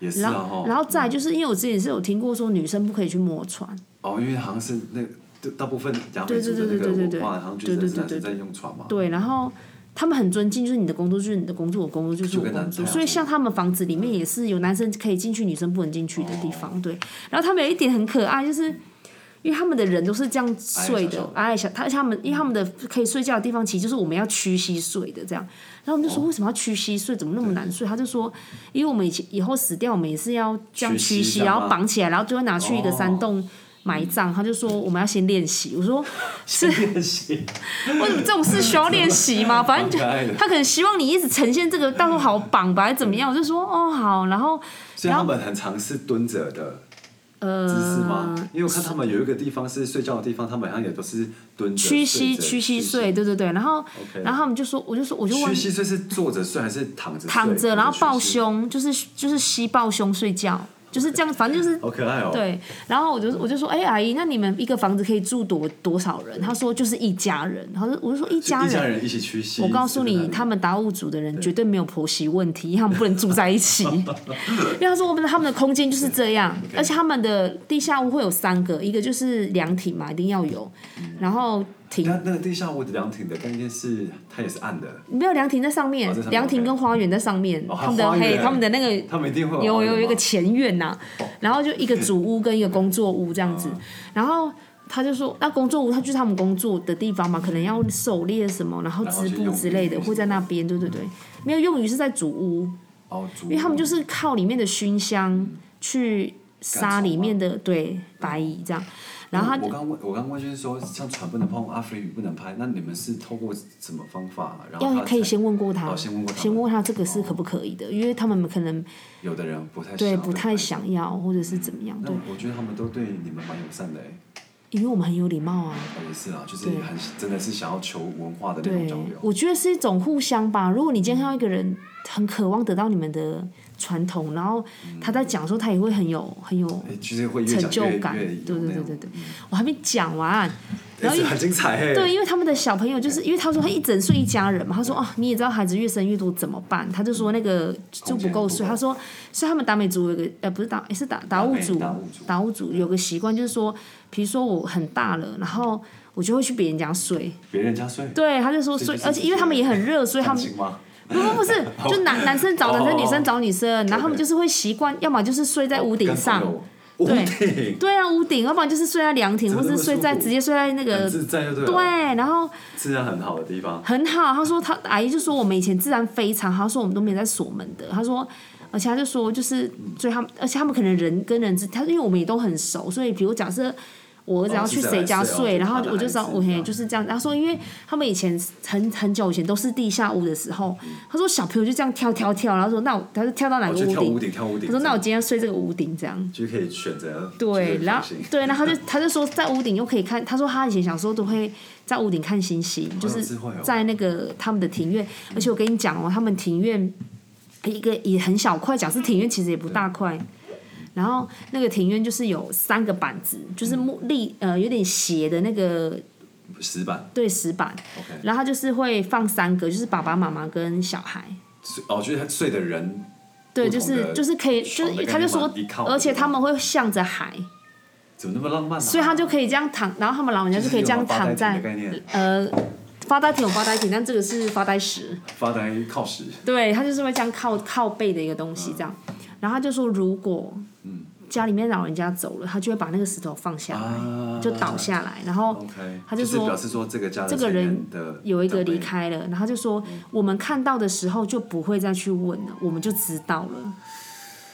Speaker 2: 也是
Speaker 1: 然
Speaker 2: 啊
Speaker 1: 后，
Speaker 2: 哈，
Speaker 1: 然后再来就是因为我之前是有听过说女生不可以去摸船，
Speaker 2: 哦，因为好像是那个就大部分亚美
Speaker 1: 对
Speaker 2: 族
Speaker 1: 对
Speaker 2: 的那
Speaker 1: 对对
Speaker 2: 个
Speaker 1: 对对
Speaker 2: 文化，好像觉
Speaker 1: 对
Speaker 2: 得是
Speaker 1: 对
Speaker 2: 男
Speaker 1: 对
Speaker 2: 生在用船嘛，
Speaker 1: 对，然后他们很尊敬，就是你的工作就是你的工作，我工作就是我
Speaker 2: 就跟
Speaker 1: 工
Speaker 2: 男生
Speaker 1: 作。
Speaker 2: 一样
Speaker 1: 所以像他们房子里面也是有男生可以进去，女生不能进去的地方。
Speaker 2: 哦
Speaker 1: 对，然后他们有一点很可爱，就是。因为他们的人都是这样睡的，哎，小他他们，因为他们的可以睡觉的地方，其实就是我们要屈膝睡的这样。然后我们就
Speaker 2: 哦
Speaker 1: 说，为什么要屈膝睡？怎么那么难睡？他就说，因为我们以前以后死掉，我们也是要这样
Speaker 2: 屈膝
Speaker 1: 屈膝，
Speaker 2: 这样
Speaker 1: 然
Speaker 2: 吗
Speaker 1: 后绑起来，然后就会拿去一个山
Speaker 2: 哦
Speaker 1: 洞埋葬。他就说，我们要先练习。我说，
Speaker 2: 是练习，
Speaker 1: 为什么这种事需要练习 吗？反正就
Speaker 2: 蛮可爱的
Speaker 1: 他可能希望你一直呈现这个，到时候好绑吧，还是怎么样？我就说哦好，然后
Speaker 2: 所以他们很常是蹲着的。
Speaker 1: 呃
Speaker 2: 姿势吗？因为我看他们有一个地方是睡觉的地方，他们好像也都是蹲着
Speaker 1: 屈膝
Speaker 2: 着
Speaker 1: 屈膝睡，
Speaker 2: 睡。
Speaker 1: 对对对，然后
Speaker 2: OK
Speaker 1: 然后他们就说，我就说我就问
Speaker 2: 屈膝睡是坐着睡还是躺着睡？
Speaker 1: 躺着，然后抱
Speaker 2: 屈膝，
Speaker 1: 胸，就是就是膝抱胸睡觉，就是这样，反正就是
Speaker 2: 好可爱哦。，
Speaker 1: 对，然后我就我就说，哎、阿姨，那你们一个房子可以住多多少人？他说就是一家人，然后我就说一家
Speaker 2: 一家
Speaker 1: 人。
Speaker 2: 人一起屈膝。
Speaker 1: 我告诉
Speaker 2: 是在那
Speaker 1: 你，
Speaker 2: 里
Speaker 1: 他们达悟组的人绝对没有婆媳问题，因为他们不能住在一起。因为他说我们的他们的空间就是这样，而且他们的地下屋会有三个，一个就是凉亭嘛，一定要有，然后亭
Speaker 2: 那那个地下屋的凉亭的概念是，它也是暗的，
Speaker 1: 没有凉亭在上面
Speaker 2: 哦在上，面
Speaker 1: 凉亭跟花园在上面，
Speaker 2: 哦还
Speaker 1: 他
Speaker 2: 有
Speaker 1: 们的
Speaker 2: 花园
Speaker 1: 嘿，他们的那个
Speaker 2: 他们一定会
Speaker 1: 有
Speaker 2: 花园
Speaker 1: 有有一个
Speaker 2: 嘛
Speaker 1: 前院呐、然后就一个主屋跟一个工作屋这样子，
Speaker 2: 哦
Speaker 1: 然后。他就说，那工作屋，他就是他们工作的地方嘛，可能要狩猎什么，然后织布之类的，
Speaker 2: 然后去用鱼
Speaker 1: 会在那边，对对对，没有用于是在主屋，
Speaker 2: 哦，因
Speaker 1: 因为他们就是靠里面的熏香去杀里面的对白蚁这样，然后他
Speaker 2: 我刚问，我刚问就是说，像船不能碰，阿飞鱼不能拍，那你们是透过什么方法？然后
Speaker 1: 要
Speaker 2: 他
Speaker 1: 可以
Speaker 2: 才
Speaker 1: 先问过他，
Speaker 2: 哦先问过他们
Speaker 1: 他这个是可不可以的，因为他们可能
Speaker 2: 有的人不太
Speaker 1: 对
Speaker 2: 想要
Speaker 1: 不
Speaker 2: 被
Speaker 1: 太
Speaker 2: 拍。
Speaker 1: 想要，或者是怎么样，
Speaker 2: 那
Speaker 1: 对，
Speaker 2: 我觉得他们都对你们蛮友善的哎，
Speaker 1: 因为我们很有礼貌啊。
Speaker 2: 也是啊，就是很真的是想要求文化的那种
Speaker 1: 对
Speaker 2: 交流，。
Speaker 1: 我觉得是一种互相吧。如果你今天看到一个人很渴望得到你们的传统，然后他在讲的时候，他也会很有很有。
Speaker 2: 哎，就是会越讲
Speaker 1: 成就
Speaker 2: 越
Speaker 1: 感
Speaker 2: 越有
Speaker 1: 对对
Speaker 2: 那种嗯
Speaker 1: 对对对我还没讲完，然后
Speaker 2: 哎这很精彩哎。
Speaker 1: 对，因为他们的小朋友就是因为他说他一整岁一家人嘛，他说哦，你也知道孩子越生越多怎么办？他就说那个就不够
Speaker 2: 哦
Speaker 1: 睡，他说是他们达美族有个呃不是达诶是达达悟族
Speaker 2: 达悟族
Speaker 1: 达悟族有个习惯就是说，比如说我很大了，然后我就会去别人家睡，
Speaker 2: 别人家睡，
Speaker 1: 对，他就说睡
Speaker 2: 所以，就是
Speaker 1: 而且因为他们也很热，所以他
Speaker 2: 感
Speaker 1: 们
Speaker 2: 情吗？
Speaker 1: 不不不 是，就男男生找男
Speaker 2: 哦
Speaker 1: 生，女生找女生，然后他们就是会习惯，要么就是睡在屋顶上
Speaker 2: 跟，朋友，
Speaker 1: 对
Speaker 2: 屋顶，
Speaker 1: 对啊，屋顶，要不然就是睡在凉亭，
Speaker 2: 真
Speaker 1: 或
Speaker 2: 的
Speaker 1: 是睡在
Speaker 2: 那么舒服
Speaker 1: 直接睡在那
Speaker 2: 很
Speaker 1: 个。
Speaker 2: 自在就哦对了，
Speaker 1: 对，然后
Speaker 2: 自然很好的地方，
Speaker 1: 很好，他说他阿姨就说我们以前治安非常好，她说我们都没有在锁门的，他说。而且他就说，就是，所以他们，而且他们可能人跟人之，他因为我们也都很熟，所以比如假设我儿子
Speaker 2: 哦
Speaker 1: 要
Speaker 2: 是
Speaker 1: 去
Speaker 2: 这
Speaker 1: 谁
Speaker 2: 样
Speaker 1: 家
Speaker 2: 是哦
Speaker 1: 睡，
Speaker 2: 就
Speaker 1: 然后
Speaker 2: 怕他
Speaker 1: 我就知道
Speaker 2: 孩子
Speaker 1: 我
Speaker 2: 这
Speaker 1: 嘿
Speaker 2: 样
Speaker 1: 就是这样。他说，因为他们以前很很久以前都是地下屋的时候，他说小朋友就这样跳跳跳，然后说那我他就跳到哪
Speaker 2: 我
Speaker 1: 个
Speaker 2: 哦就
Speaker 1: 屋
Speaker 2: 跳屋
Speaker 1: 顶，
Speaker 2: 顶，跳屋顶。
Speaker 1: 他说那我今天睡这个屋顶这样。
Speaker 2: 就可以选择
Speaker 1: 对，
Speaker 2: 就是
Speaker 1: 然
Speaker 2: 旅
Speaker 1: 后
Speaker 2: 行
Speaker 1: 对，然后他就他就说在屋顶又可以看，他说他以前小时候都会在屋顶看星星，就
Speaker 2: 有
Speaker 1: 是
Speaker 2: 智慧哦
Speaker 1: 在那个他们的庭院，而且我跟你讲哦，他们庭院一个也很小块，讲是庭院其实也不大块。然后那个庭院就是有三个板子，就是木
Speaker 2: 嗯
Speaker 1: 立呃有点斜的那个
Speaker 2: 石板
Speaker 1: 对石板，
Speaker 2: ，OK，
Speaker 1: 然后他就是会放三个，就是爸爸妈妈跟小孩，
Speaker 2: 睡哦，就是他睡的人
Speaker 1: 对，
Speaker 2: 不
Speaker 1: 就
Speaker 2: 同
Speaker 1: 是
Speaker 2: 的
Speaker 1: 就是可以就
Speaker 2: 床的
Speaker 1: 是他
Speaker 2: 概
Speaker 1: 就
Speaker 2: 念嘛
Speaker 1: 说
Speaker 2: 依靠，
Speaker 1: 而且
Speaker 2: 的
Speaker 1: 他们会向着海，
Speaker 2: 怎么那么浪漫啊？
Speaker 1: 所以他就可以这样躺，然后他们老人家就可以这样躺在
Speaker 2: 就是有那种
Speaker 1: 呃发呆挺有发呆挺，但这个是发呆石，
Speaker 2: 发呆靠石，
Speaker 1: 对他就是会这样靠靠背的一个东西
Speaker 2: 嗯
Speaker 1: 这样，然后他就说如果家里面老人家走了，他就会把那个石头放下
Speaker 2: 啊
Speaker 1: 来，就倒下来，然后
Speaker 2: OK，
Speaker 1: 他
Speaker 2: 就
Speaker 1: 就是说
Speaker 2: 表示说这个家这
Speaker 1: 这个人
Speaker 2: 的
Speaker 1: 有一个离
Speaker 2: 长辈，嗯
Speaker 1: 开了，然后他就说我们看到的时候就不会再去问了，我们就知道了，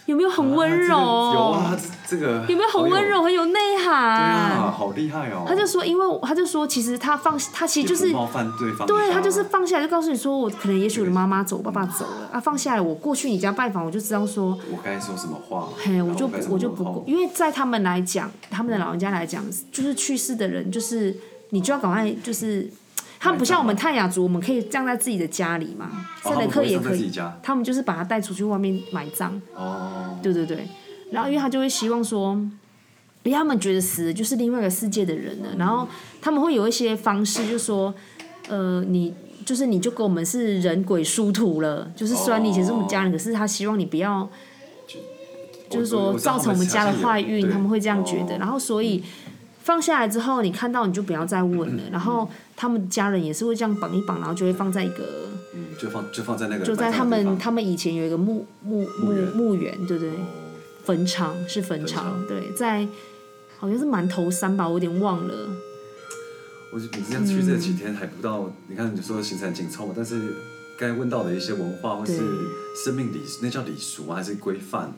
Speaker 1: 有没有很温柔？
Speaker 2: 啊这个有啊，这这个
Speaker 1: 有没有很温
Speaker 2: 好
Speaker 1: 柔，很有内
Speaker 2: 有？对
Speaker 1: 涵？
Speaker 2: 啊，好厉害哦！
Speaker 1: 他就说，因为他就说，其实他放他其实就
Speaker 2: 也
Speaker 1: 是
Speaker 2: 不冒犯对方，
Speaker 1: 对他就是放下来就告诉你说，我可能也许我的妈妈走，我爸爸走了啊，放下来，我过去你家拜访，我就知道说，
Speaker 2: 我该说什么话，
Speaker 1: 嘿，
Speaker 2: 然后
Speaker 1: 我就
Speaker 2: 该
Speaker 1: 不
Speaker 2: 怎么
Speaker 1: 我就
Speaker 2: 问
Speaker 1: 不
Speaker 2: 候
Speaker 1: 过，因为在他们来讲，他们的老人家来讲，就是去世的人，就是你就要赶快就是。他们不像我们泰雅族，我们可以葬在自己的家里嘛，
Speaker 2: 哦
Speaker 1: 圣雷克也
Speaker 2: 他们不
Speaker 1: 可
Speaker 2: 会葬在自己
Speaker 1: 以
Speaker 2: 家，
Speaker 1: 他们就是把他带出去外面埋葬，
Speaker 2: 哦，
Speaker 1: 对对对。然后因为他就会希望说，因为他们觉得死了就是另外一个世界的人了，然后他们会有一些方式，就说，呃，你就是你就跟我们是人鬼殊途了，就是虽然你以前是我们家人，可是他希望你不要。就是
Speaker 2: 哦
Speaker 1: 说造成我们家的坏运，他们会这样觉得。然
Speaker 2: 后
Speaker 1: 后所以放下来之后，你看到你就不要再问了。然后他们家人也是会这样绑一绑，然后就会放在一个
Speaker 2: 嗯，就放就放在那个
Speaker 1: 就在
Speaker 2: 晚上
Speaker 1: 他
Speaker 2: 的地
Speaker 1: 们
Speaker 2: 方
Speaker 1: 他们以前有一个墓墓墓
Speaker 2: 园
Speaker 1: 墓园，对不对？
Speaker 2: 哦
Speaker 1: 坟场是坟
Speaker 2: 场
Speaker 1: 场，对，在好像是馒头山吧，我有点忘了。
Speaker 2: 我就你这样
Speaker 1: 嗯
Speaker 2: 去这几天还不到，你看你说行程很紧凑嘛，但是该问到的一些文化或是生命礼，那叫礼俗吗？还是规范？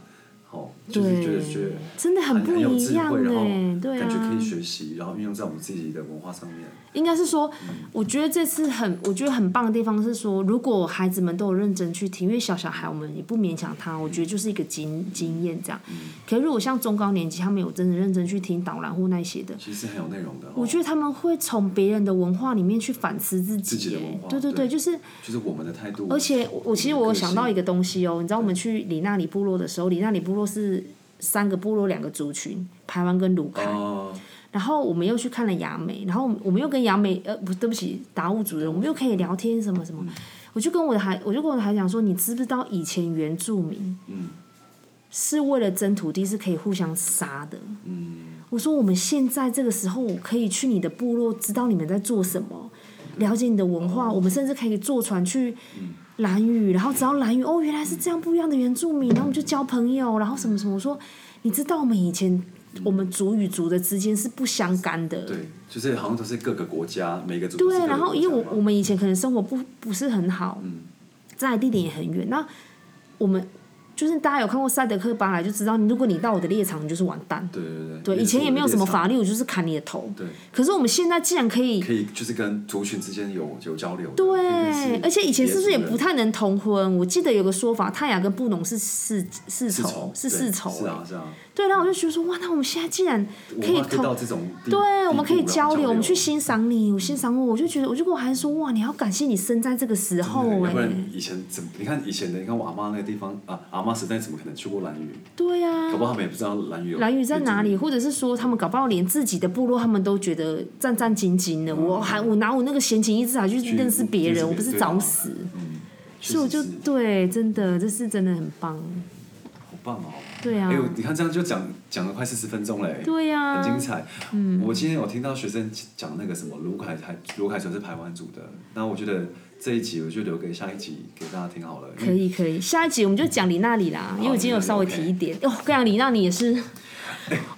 Speaker 2: 哦，就是觉得觉得
Speaker 1: 对，真的很不
Speaker 2: 很有
Speaker 1: 一
Speaker 2: 智
Speaker 1: 样
Speaker 2: 慧，然后
Speaker 1: 哎，对
Speaker 2: 感觉可
Speaker 1: 啊
Speaker 2: 以，学习，然后运用在我们自己的文化上面。
Speaker 1: 应该是说，我觉得这次很，我觉得很棒的地方是说，如果孩子们都有认真去听，因为小小孩我们也不勉强
Speaker 2: 嗯
Speaker 1: 他，我觉得就是一个经经验这样。可是如果像中高年级，他们有真的认真去听导览或那些的，
Speaker 2: 其实很有内容的、哦，
Speaker 1: 我觉得他们会从别人的文化里面去反思自
Speaker 2: 自己
Speaker 1: 己
Speaker 2: 的
Speaker 1: 耶
Speaker 2: 文化
Speaker 1: 对对
Speaker 2: 对
Speaker 1: 对，就是。
Speaker 2: 就是我们的态度，
Speaker 1: 而且我我其实我有想到一个东西哦，你知道我们去里纳里部落的时候，里纳里部落是三个部落两个族群，台湾跟卢凯。
Speaker 2: 哦，
Speaker 1: 然后我们又去看了雅美，然后我们我们又跟雅美呃不对不起达悟主人，我们又可以聊天什么什么。我就跟我的孩，我就跟我的孩讲说，你知不知道以前原住民，
Speaker 2: 嗯
Speaker 1: 是为了争土地是可以互相杀的。
Speaker 2: 嗯，
Speaker 1: 我说我们现在这个时候，我可以去你的部落，知道你们在做什么，了解你的文
Speaker 2: 哦
Speaker 1: 化。我们甚至可以坐船去
Speaker 2: 嗯
Speaker 1: 兰屿，然后知道兰屿哦，原来是这样不一样的原住民，然后我们就交朋友，然后什么什么。我说，你知道我们以前我们族与族的之间是不相干的。
Speaker 2: 对，就是好像都是各个国家每个族都是各
Speaker 1: 对，
Speaker 2: 个
Speaker 1: 然后
Speaker 2: 国
Speaker 1: 因为我
Speaker 2: 家嘛
Speaker 1: 我们以前可能生活不不是很好，
Speaker 2: 嗯
Speaker 1: 在地点也很远，那我们就是大家有看过《赛德克巴莱》就知道，如果你到我的猎场，你就是完蛋。
Speaker 2: 对对对
Speaker 1: 对，以前也没有什么法律，我就是砍你的头。
Speaker 2: 对，
Speaker 1: 可是我们现在既然可以，
Speaker 2: 可以就是跟族群之间有有交流的。
Speaker 1: 对，而且以前是不是也不
Speaker 2: 太
Speaker 1: 太能同婚？我记得有个说法，泰雅跟布农是世世
Speaker 2: 世
Speaker 1: 仇
Speaker 2: 仇，
Speaker 1: 是
Speaker 2: 对
Speaker 1: 世仇。欸
Speaker 2: 是啊是啊，
Speaker 1: 对，然后我就觉得说，哇，那我们现在既然可
Speaker 2: 文
Speaker 1: 以
Speaker 2: 化可以到
Speaker 1: 同，
Speaker 2: 这种地
Speaker 1: 对，我们可以交
Speaker 2: 交
Speaker 1: 流，我们去欣赏你，我欣赏我，我就觉得，我就跟我孩子说，哇，你要感谢你生在这个时候
Speaker 2: 对，要不
Speaker 1: 哎
Speaker 2: 然，以前怎么？你看以前的，你看我阿妈那个地方啊，阿妈时代怎么可能去过兰屿？
Speaker 1: 对呀
Speaker 2: 搞。不好他们也不知道兰屿有。
Speaker 1: 蓝屿嗯在哪里，？或者是说他们搞不好连自己的部落他们都觉得战战兢兢的。我
Speaker 2: 嗯
Speaker 1: 还我拿我那个闲情逸致还去认识别人，我不
Speaker 2: 啊
Speaker 1: 是找死？
Speaker 2: 嗯，
Speaker 1: 所以我就
Speaker 2: 确实是
Speaker 1: 对，真的这是真的很棒。
Speaker 2: 好棒哦。
Speaker 1: 对啊
Speaker 2: 哎、我你看这样就讲讲了快四十分钟嘞，
Speaker 1: 对啊呀
Speaker 2: 很精彩。嗯，我今天有听到学生讲那个什么卢凯台卢凯纯是排湾族的，那我觉得这一集我就留给下一集给大家听好了。因为
Speaker 1: 可以可以，下一集我们就讲李娜里啦，因为我今天有稍微提一点。哦，跟你讲，李娜里也是，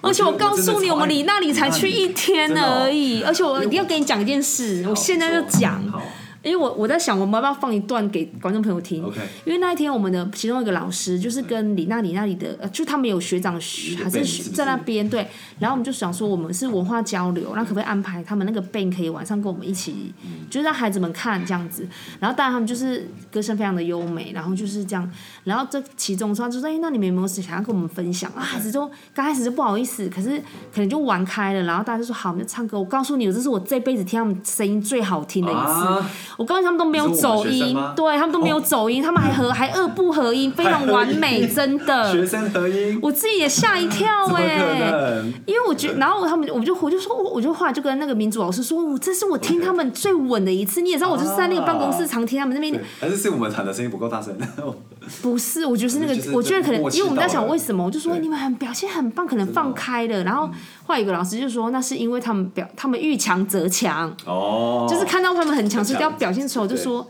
Speaker 1: 而且我告诉哦你，我哦们李娜里才去一天而已。而且我一定要跟你讲一件事，我现在就讲，
Speaker 2: 好
Speaker 1: 因为我我在想，我们要不要放一段给观众朋友听？
Speaker 2: ，OK，
Speaker 1: 因为那一天我们的其中一个老师就是跟李娜里那里的，呃，就他们有学长学
Speaker 2: 一个
Speaker 1: 还是
Speaker 2: band
Speaker 1: 学
Speaker 2: 是不是
Speaker 1: 在那边对，然后我们就想说我们是文化交流，那可不可以安排他们那个 band 可以晚上跟我们一起，
Speaker 2: 嗯
Speaker 1: 就是让孩子们看这样子。然后当然他们就是歌声非常的优美，然后就是这样。然后这其中说他就说，哎，那你们有没有想要跟我们分享啊？孩子就刚开始就不好意思，可是可能就玩开了，然后大家就说好，我们就唱歌。我告诉你，这是我这辈子听他们声音最好听的一次。
Speaker 2: 啊
Speaker 1: 我告诉你，他们都没有
Speaker 2: 你说我
Speaker 1: 走
Speaker 2: 们学生
Speaker 1: 音
Speaker 2: 吗，哦
Speaker 1: 对他们都没有走音，他们还合还二不合 音，非常完美，真
Speaker 2: 学
Speaker 1: 的。
Speaker 2: 生合音，
Speaker 1: 我自己也吓一跳
Speaker 2: 怎么可
Speaker 1: 哎、
Speaker 2: 能？
Speaker 1: 因为我觉得，然后他们我就我就说，我我就后来就跟那个民主老师说，我这是我听他们最稳的一次。你也知道，我就是在那个办公室常听他们那边
Speaker 2: 啊对，还是是我们弹的声音不够大声。
Speaker 1: 不是，我觉得是那
Speaker 2: 就是
Speaker 1: 个，我觉得可能
Speaker 2: 默，契
Speaker 1: 因为我们在
Speaker 2: 到
Speaker 1: 想
Speaker 2: 了嗯
Speaker 1: 为什么，我就说
Speaker 2: 对
Speaker 1: 你们很表现很棒，可能放开了。然
Speaker 2: 嗯
Speaker 1: 后后来有个老师就说，那是因为他们表他们遇强则强，
Speaker 2: 哦，
Speaker 1: 就是看到他们很强势，
Speaker 2: 很强
Speaker 1: 要表现出来，我就说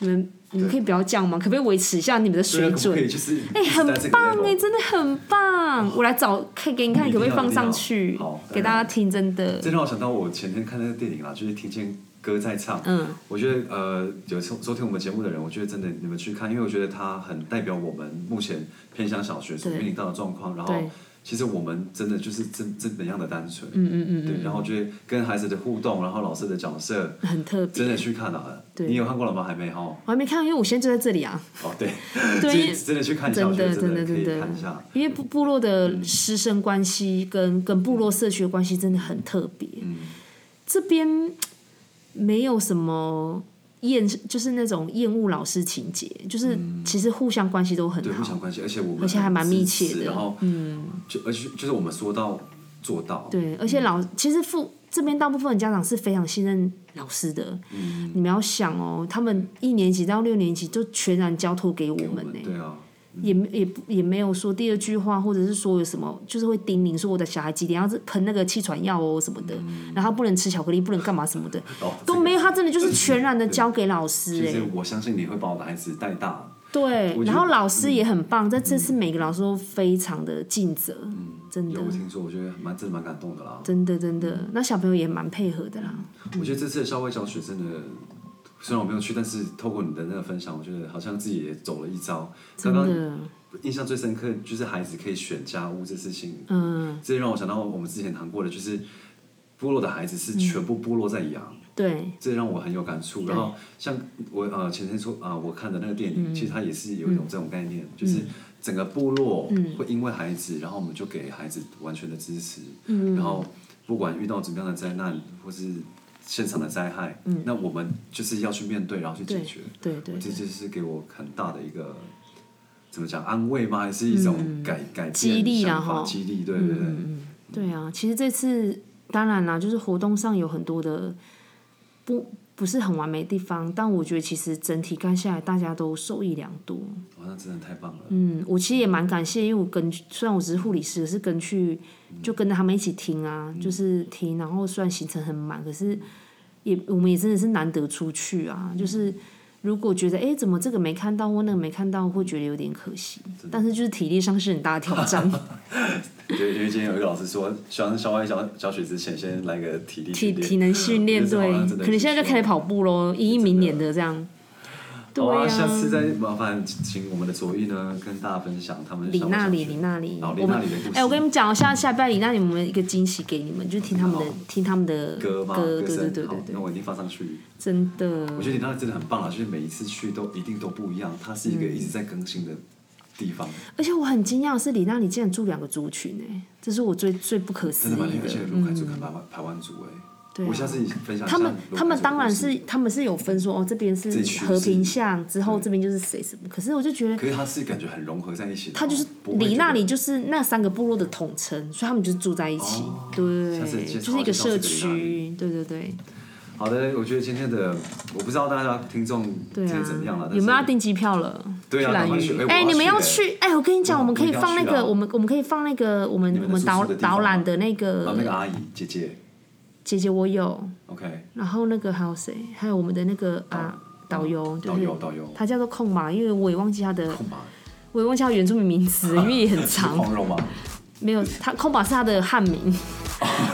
Speaker 1: 你们你们可以不要这样吗？可不可以维持一下你们的
Speaker 2: 对啊
Speaker 1: 水
Speaker 2: 可不
Speaker 1: 准
Speaker 2: 可？以就是
Speaker 1: 哎、
Speaker 2: 一直在这
Speaker 1: 很
Speaker 2: 个
Speaker 1: 棒
Speaker 2: level
Speaker 1: 哎、真的很棒！我来找，可以给你看，
Speaker 2: 一定
Speaker 1: 可不可以
Speaker 2: 要
Speaker 1: 放
Speaker 2: 一定要
Speaker 1: 上去
Speaker 2: 好当
Speaker 1: 给大家
Speaker 2: 然
Speaker 1: 听？真的，
Speaker 2: 这让我想到我前天看那个电影啦，就是听见歌在唱。
Speaker 1: 嗯，
Speaker 2: 我觉得呃，有收收听我们节目的人，我觉得真的你们去看，因为我觉得它很代表我们目前偏乡小学所
Speaker 1: 对
Speaker 2: 面临到的状况。然后
Speaker 1: 对
Speaker 2: 其实我们真的就是真真怎样的单纯，
Speaker 1: 嗯嗯嗯
Speaker 2: 对。然后我觉得跟孩子的互动，然后老师的角色，
Speaker 1: 嗯，很特
Speaker 2: 真
Speaker 1: 别。
Speaker 2: 的去看啊。
Speaker 1: 对
Speaker 2: 你有看过了吗？还没哈。
Speaker 1: 我还没看，因为我现在就在这里 啊，
Speaker 2: 哦，对，
Speaker 1: 对
Speaker 2: 所以
Speaker 1: 因为
Speaker 2: 真的去看一下，
Speaker 1: 真
Speaker 2: 我觉
Speaker 1: 的
Speaker 2: 得
Speaker 1: 真的
Speaker 2: 可
Speaker 1: 真
Speaker 2: 以
Speaker 1: 的
Speaker 2: 看一下。，
Speaker 1: 因为部部落的师生关系跟跟部落社区的关系真的很特别。
Speaker 2: 嗯，
Speaker 1: 这边没有什么厌，就是那种厌恶老师情节，就是其实互相关系都很
Speaker 2: 嗯对，互
Speaker 1: 好
Speaker 2: 相，关系，而且我们
Speaker 1: 而且还蛮密切
Speaker 2: 很自私
Speaker 1: 的
Speaker 2: 然后，
Speaker 1: 嗯，
Speaker 2: 就而且就是我们说到做到，
Speaker 1: 对，而且老其实父这边大部分的家长是非常信任老师的，
Speaker 2: 嗯，
Speaker 1: 你们要想哦，他们一年级到六年级就全然交托给我
Speaker 2: 给我
Speaker 1: 们
Speaker 2: 们
Speaker 1: 呢、
Speaker 2: 对啊，
Speaker 1: 也没也不也没有说第二句话，或者是说有什么，就是会叮咛说我的小孩几点要喷那个气喘药哦什么的，然后不能吃巧克力，不能干嘛什么的，
Speaker 2: 哦，
Speaker 1: 都
Speaker 2: 嗯 这个
Speaker 1: 没有，他真的就是全然的交给老师
Speaker 2: 其
Speaker 1: 哎、
Speaker 2: 实我相信你会把我的孩子带大，
Speaker 1: 对
Speaker 2: 我，觉
Speaker 1: 然
Speaker 2: 得嗯
Speaker 1: 后老师也很棒，在这次每个老师都非常的尽责，真的
Speaker 2: 嗯有，我听说，我觉得蛮真的蛮感动的啦。
Speaker 1: 真的，真的。那小朋友也蛮配合的啦，
Speaker 2: 我觉得这次的校外教学真的，虽然我没有去，但是透过你的那个分享，我觉得好像自己也走了一遭。刚
Speaker 1: 真
Speaker 2: 刚
Speaker 1: 的，
Speaker 2: 印象最深刻就是孩子可以选家务这事情，
Speaker 1: 嗯，
Speaker 2: 这让我想到我们之前谈过的，就是部落的孩子
Speaker 1: 嗯
Speaker 2: 是全部部落在养。
Speaker 1: 对，
Speaker 2: 这让我很有感触。
Speaker 1: 对
Speaker 2: 然后像我呃前天说啊、我看的那个电
Speaker 1: 嗯
Speaker 2: 影，其实它也是有一种这种概念，就是整个部落
Speaker 1: 嗯
Speaker 2: 会因为孩子，然后我们就给孩子完全的支持，
Speaker 1: 嗯
Speaker 2: 然后不管遇到怎么样的灾难或是现场的灾害，那我们就是要去面对，然后去解
Speaker 1: 对
Speaker 2: 决。，
Speaker 1: 对，嗯对，
Speaker 2: 这就是给我很大的一个。怎么讲？安慰吗？还是一种改、改变
Speaker 1: 嗯激励啊嗯啦
Speaker 2: 想法
Speaker 1: 吼
Speaker 2: 激励，对对对，
Speaker 1: 对啊。其实这次当然啦，就是活动上有很多的不不是很完美的地方，但我觉得其实整体看下来，大家都受益良多。
Speaker 2: 哇，那真的太棒了。
Speaker 1: 嗯，我其实也蛮感谢，因为我跟虽然我只是护理师，可是跟去就跟着他们一起听啊，就是听，然后虽然行程很满，可是也我们也真的是难得出去啊，就是。如果觉得哎、诶怎么这个没看到或那个没看到，会觉得有点可惜。但是就是体力上是很大的挑战，
Speaker 2: 对，因为今天有一个老师说，希望校外教教学之前先来个体力
Speaker 1: 体
Speaker 2: 训练
Speaker 1: 体能训练
Speaker 2: 我觉得
Speaker 1: 对
Speaker 2: 好像真，的
Speaker 1: 可能
Speaker 2: 是
Speaker 1: 现在就
Speaker 2: 需
Speaker 1: 开
Speaker 2: 要
Speaker 1: 始跑步喽，一一明年的这样。对
Speaker 2: 好啊，
Speaker 1: 呀
Speaker 2: 下次再麻烦请我们的左翼呢跟大家分享他们
Speaker 1: 李
Speaker 2: 想不
Speaker 1: 娜
Speaker 2: 想
Speaker 1: 里，
Speaker 2: 去
Speaker 1: 李娜里，
Speaker 2: 哦李
Speaker 1: 我们
Speaker 2: 娜里的故事
Speaker 1: 哎，我跟你们讲，下下半李娜里，我们一个惊喜给你们，就是听他们的
Speaker 2: 好
Speaker 1: 听他们的
Speaker 2: 哦歌吗？
Speaker 1: 对对
Speaker 2: 声
Speaker 1: 对对
Speaker 2: 好
Speaker 1: 对
Speaker 2: 那，我一定放上去。
Speaker 1: 真的。
Speaker 2: 我觉得你那里真的很棒啊啦，就是每一次去都一定都不一样，它是一
Speaker 1: 嗯
Speaker 2: 个一直在更新的地方，
Speaker 1: 而且我很惊讶的是，李娜里竟然住两个族群哎，这是我最最不可思
Speaker 2: 真的蛮厉
Speaker 1: 议
Speaker 2: 害。而且
Speaker 1: 的。嗯
Speaker 2: 卢凯族跟排湾排湾族哎、
Speaker 1: 对啊
Speaker 2: 我下次分享一下
Speaker 1: 他们
Speaker 2: 卢凯族的故事
Speaker 1: 他们当然是他们是有分说哦，这边
Speaker 2: 这
Speaker 1: 是
Speaker 2: 区
Speaker 1: 和平
Speaker 2: 是
Speaker 1: 巷，之后
Speaker 2: 对
Speaker 1: 这边就是谁什么。可是我就觉得
Speaker 2: 可是他是感觉很融合在一起的哦，
Speaker 1: 他就是
Speaker 2: 不会
Speaker 1: 里
Speaker 2: 觉得
Speaker 1: 那里就是那三个部落的统称，所以他们就是住在一起，
Speaker 2: 哦下次
Speaker 1: 对，
Speaker 2: 介绍
Speaker 1: 就是一个社
Speaker 2: 介绍这个里
Speaker 1: 区，对对对
Speaker 2: 好的，我觉得今天的我不知道大家听众今
Speaker 1: 对
Speaker 2: 天
Speaker 1: 啊
Speaker 2: 怎么样了，，但
Speaker 1: 有
Speaker 2: 是
Speaker 1: 没有要订机票了？
Speaker 2: 对啊
Speaker 1: 去
Speaker 2: 赶快
Speaker 1: 兰
Speaker 2: 去
Speaker 1: 屿
Speaker 2: 哎，我
Speaker 1: 哎，
Speaker 2: 要
Speaker 1: 你们
Speaker 2: 去
Speaker 1: 要
Speaker 2: 哎
Speaker 1: 去，哎，我跟你讲，
Speaker 2: 我
Speaker 1: 我们可以
Speaker 2: 我一定要
Speaker 1: 放那
Speaker 2: 去啊
Speaker 1: 个，我们我们可以放那个，我们
Speaker 2: 你们
Speaker 1: 我们
Speaker 2: 的住宿
Speaker 1: 导
Speaker 2: 的地方
Speaker 1: 导览
Speaker 2: 吗
Speaker 1: 的那
Speaker 2: 啊那个
Speaker 1: 个
Speaker 2: 阿姨姐姐
Speaker 1: 姐姐，我有。
Speaker 2: ，OK，
Speaker 1: 然后那个还有谁？还有我们的那个啊导游，就
Speaker 2: 导
Speaker 1: 是
Speaker 2: 游导游
Speaker 1: 他叫做控马，因为我也忘记他的，
Speaker 2: 控吧，
Speaker 1: 我也忘记他原住民名字，因为也很
Speaker 2: 是
Speaker 1: 长。
Speaker 2: 黄蓉吗？
Speaker 1: 没有，他控马是他的汉名。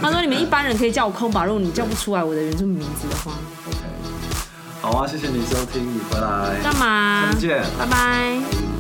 Speaker 1: 他说：“你们一般人可以叫我空吧，如果你叫不出来我的原住民名字的话，
Speaker 2: OK，好啊，谢谢你收听，你回来，
Speaker 1: 干嘛
Speaker 2: 下次见。
Speaker 1: 拜拜。
Speaker 2: 拜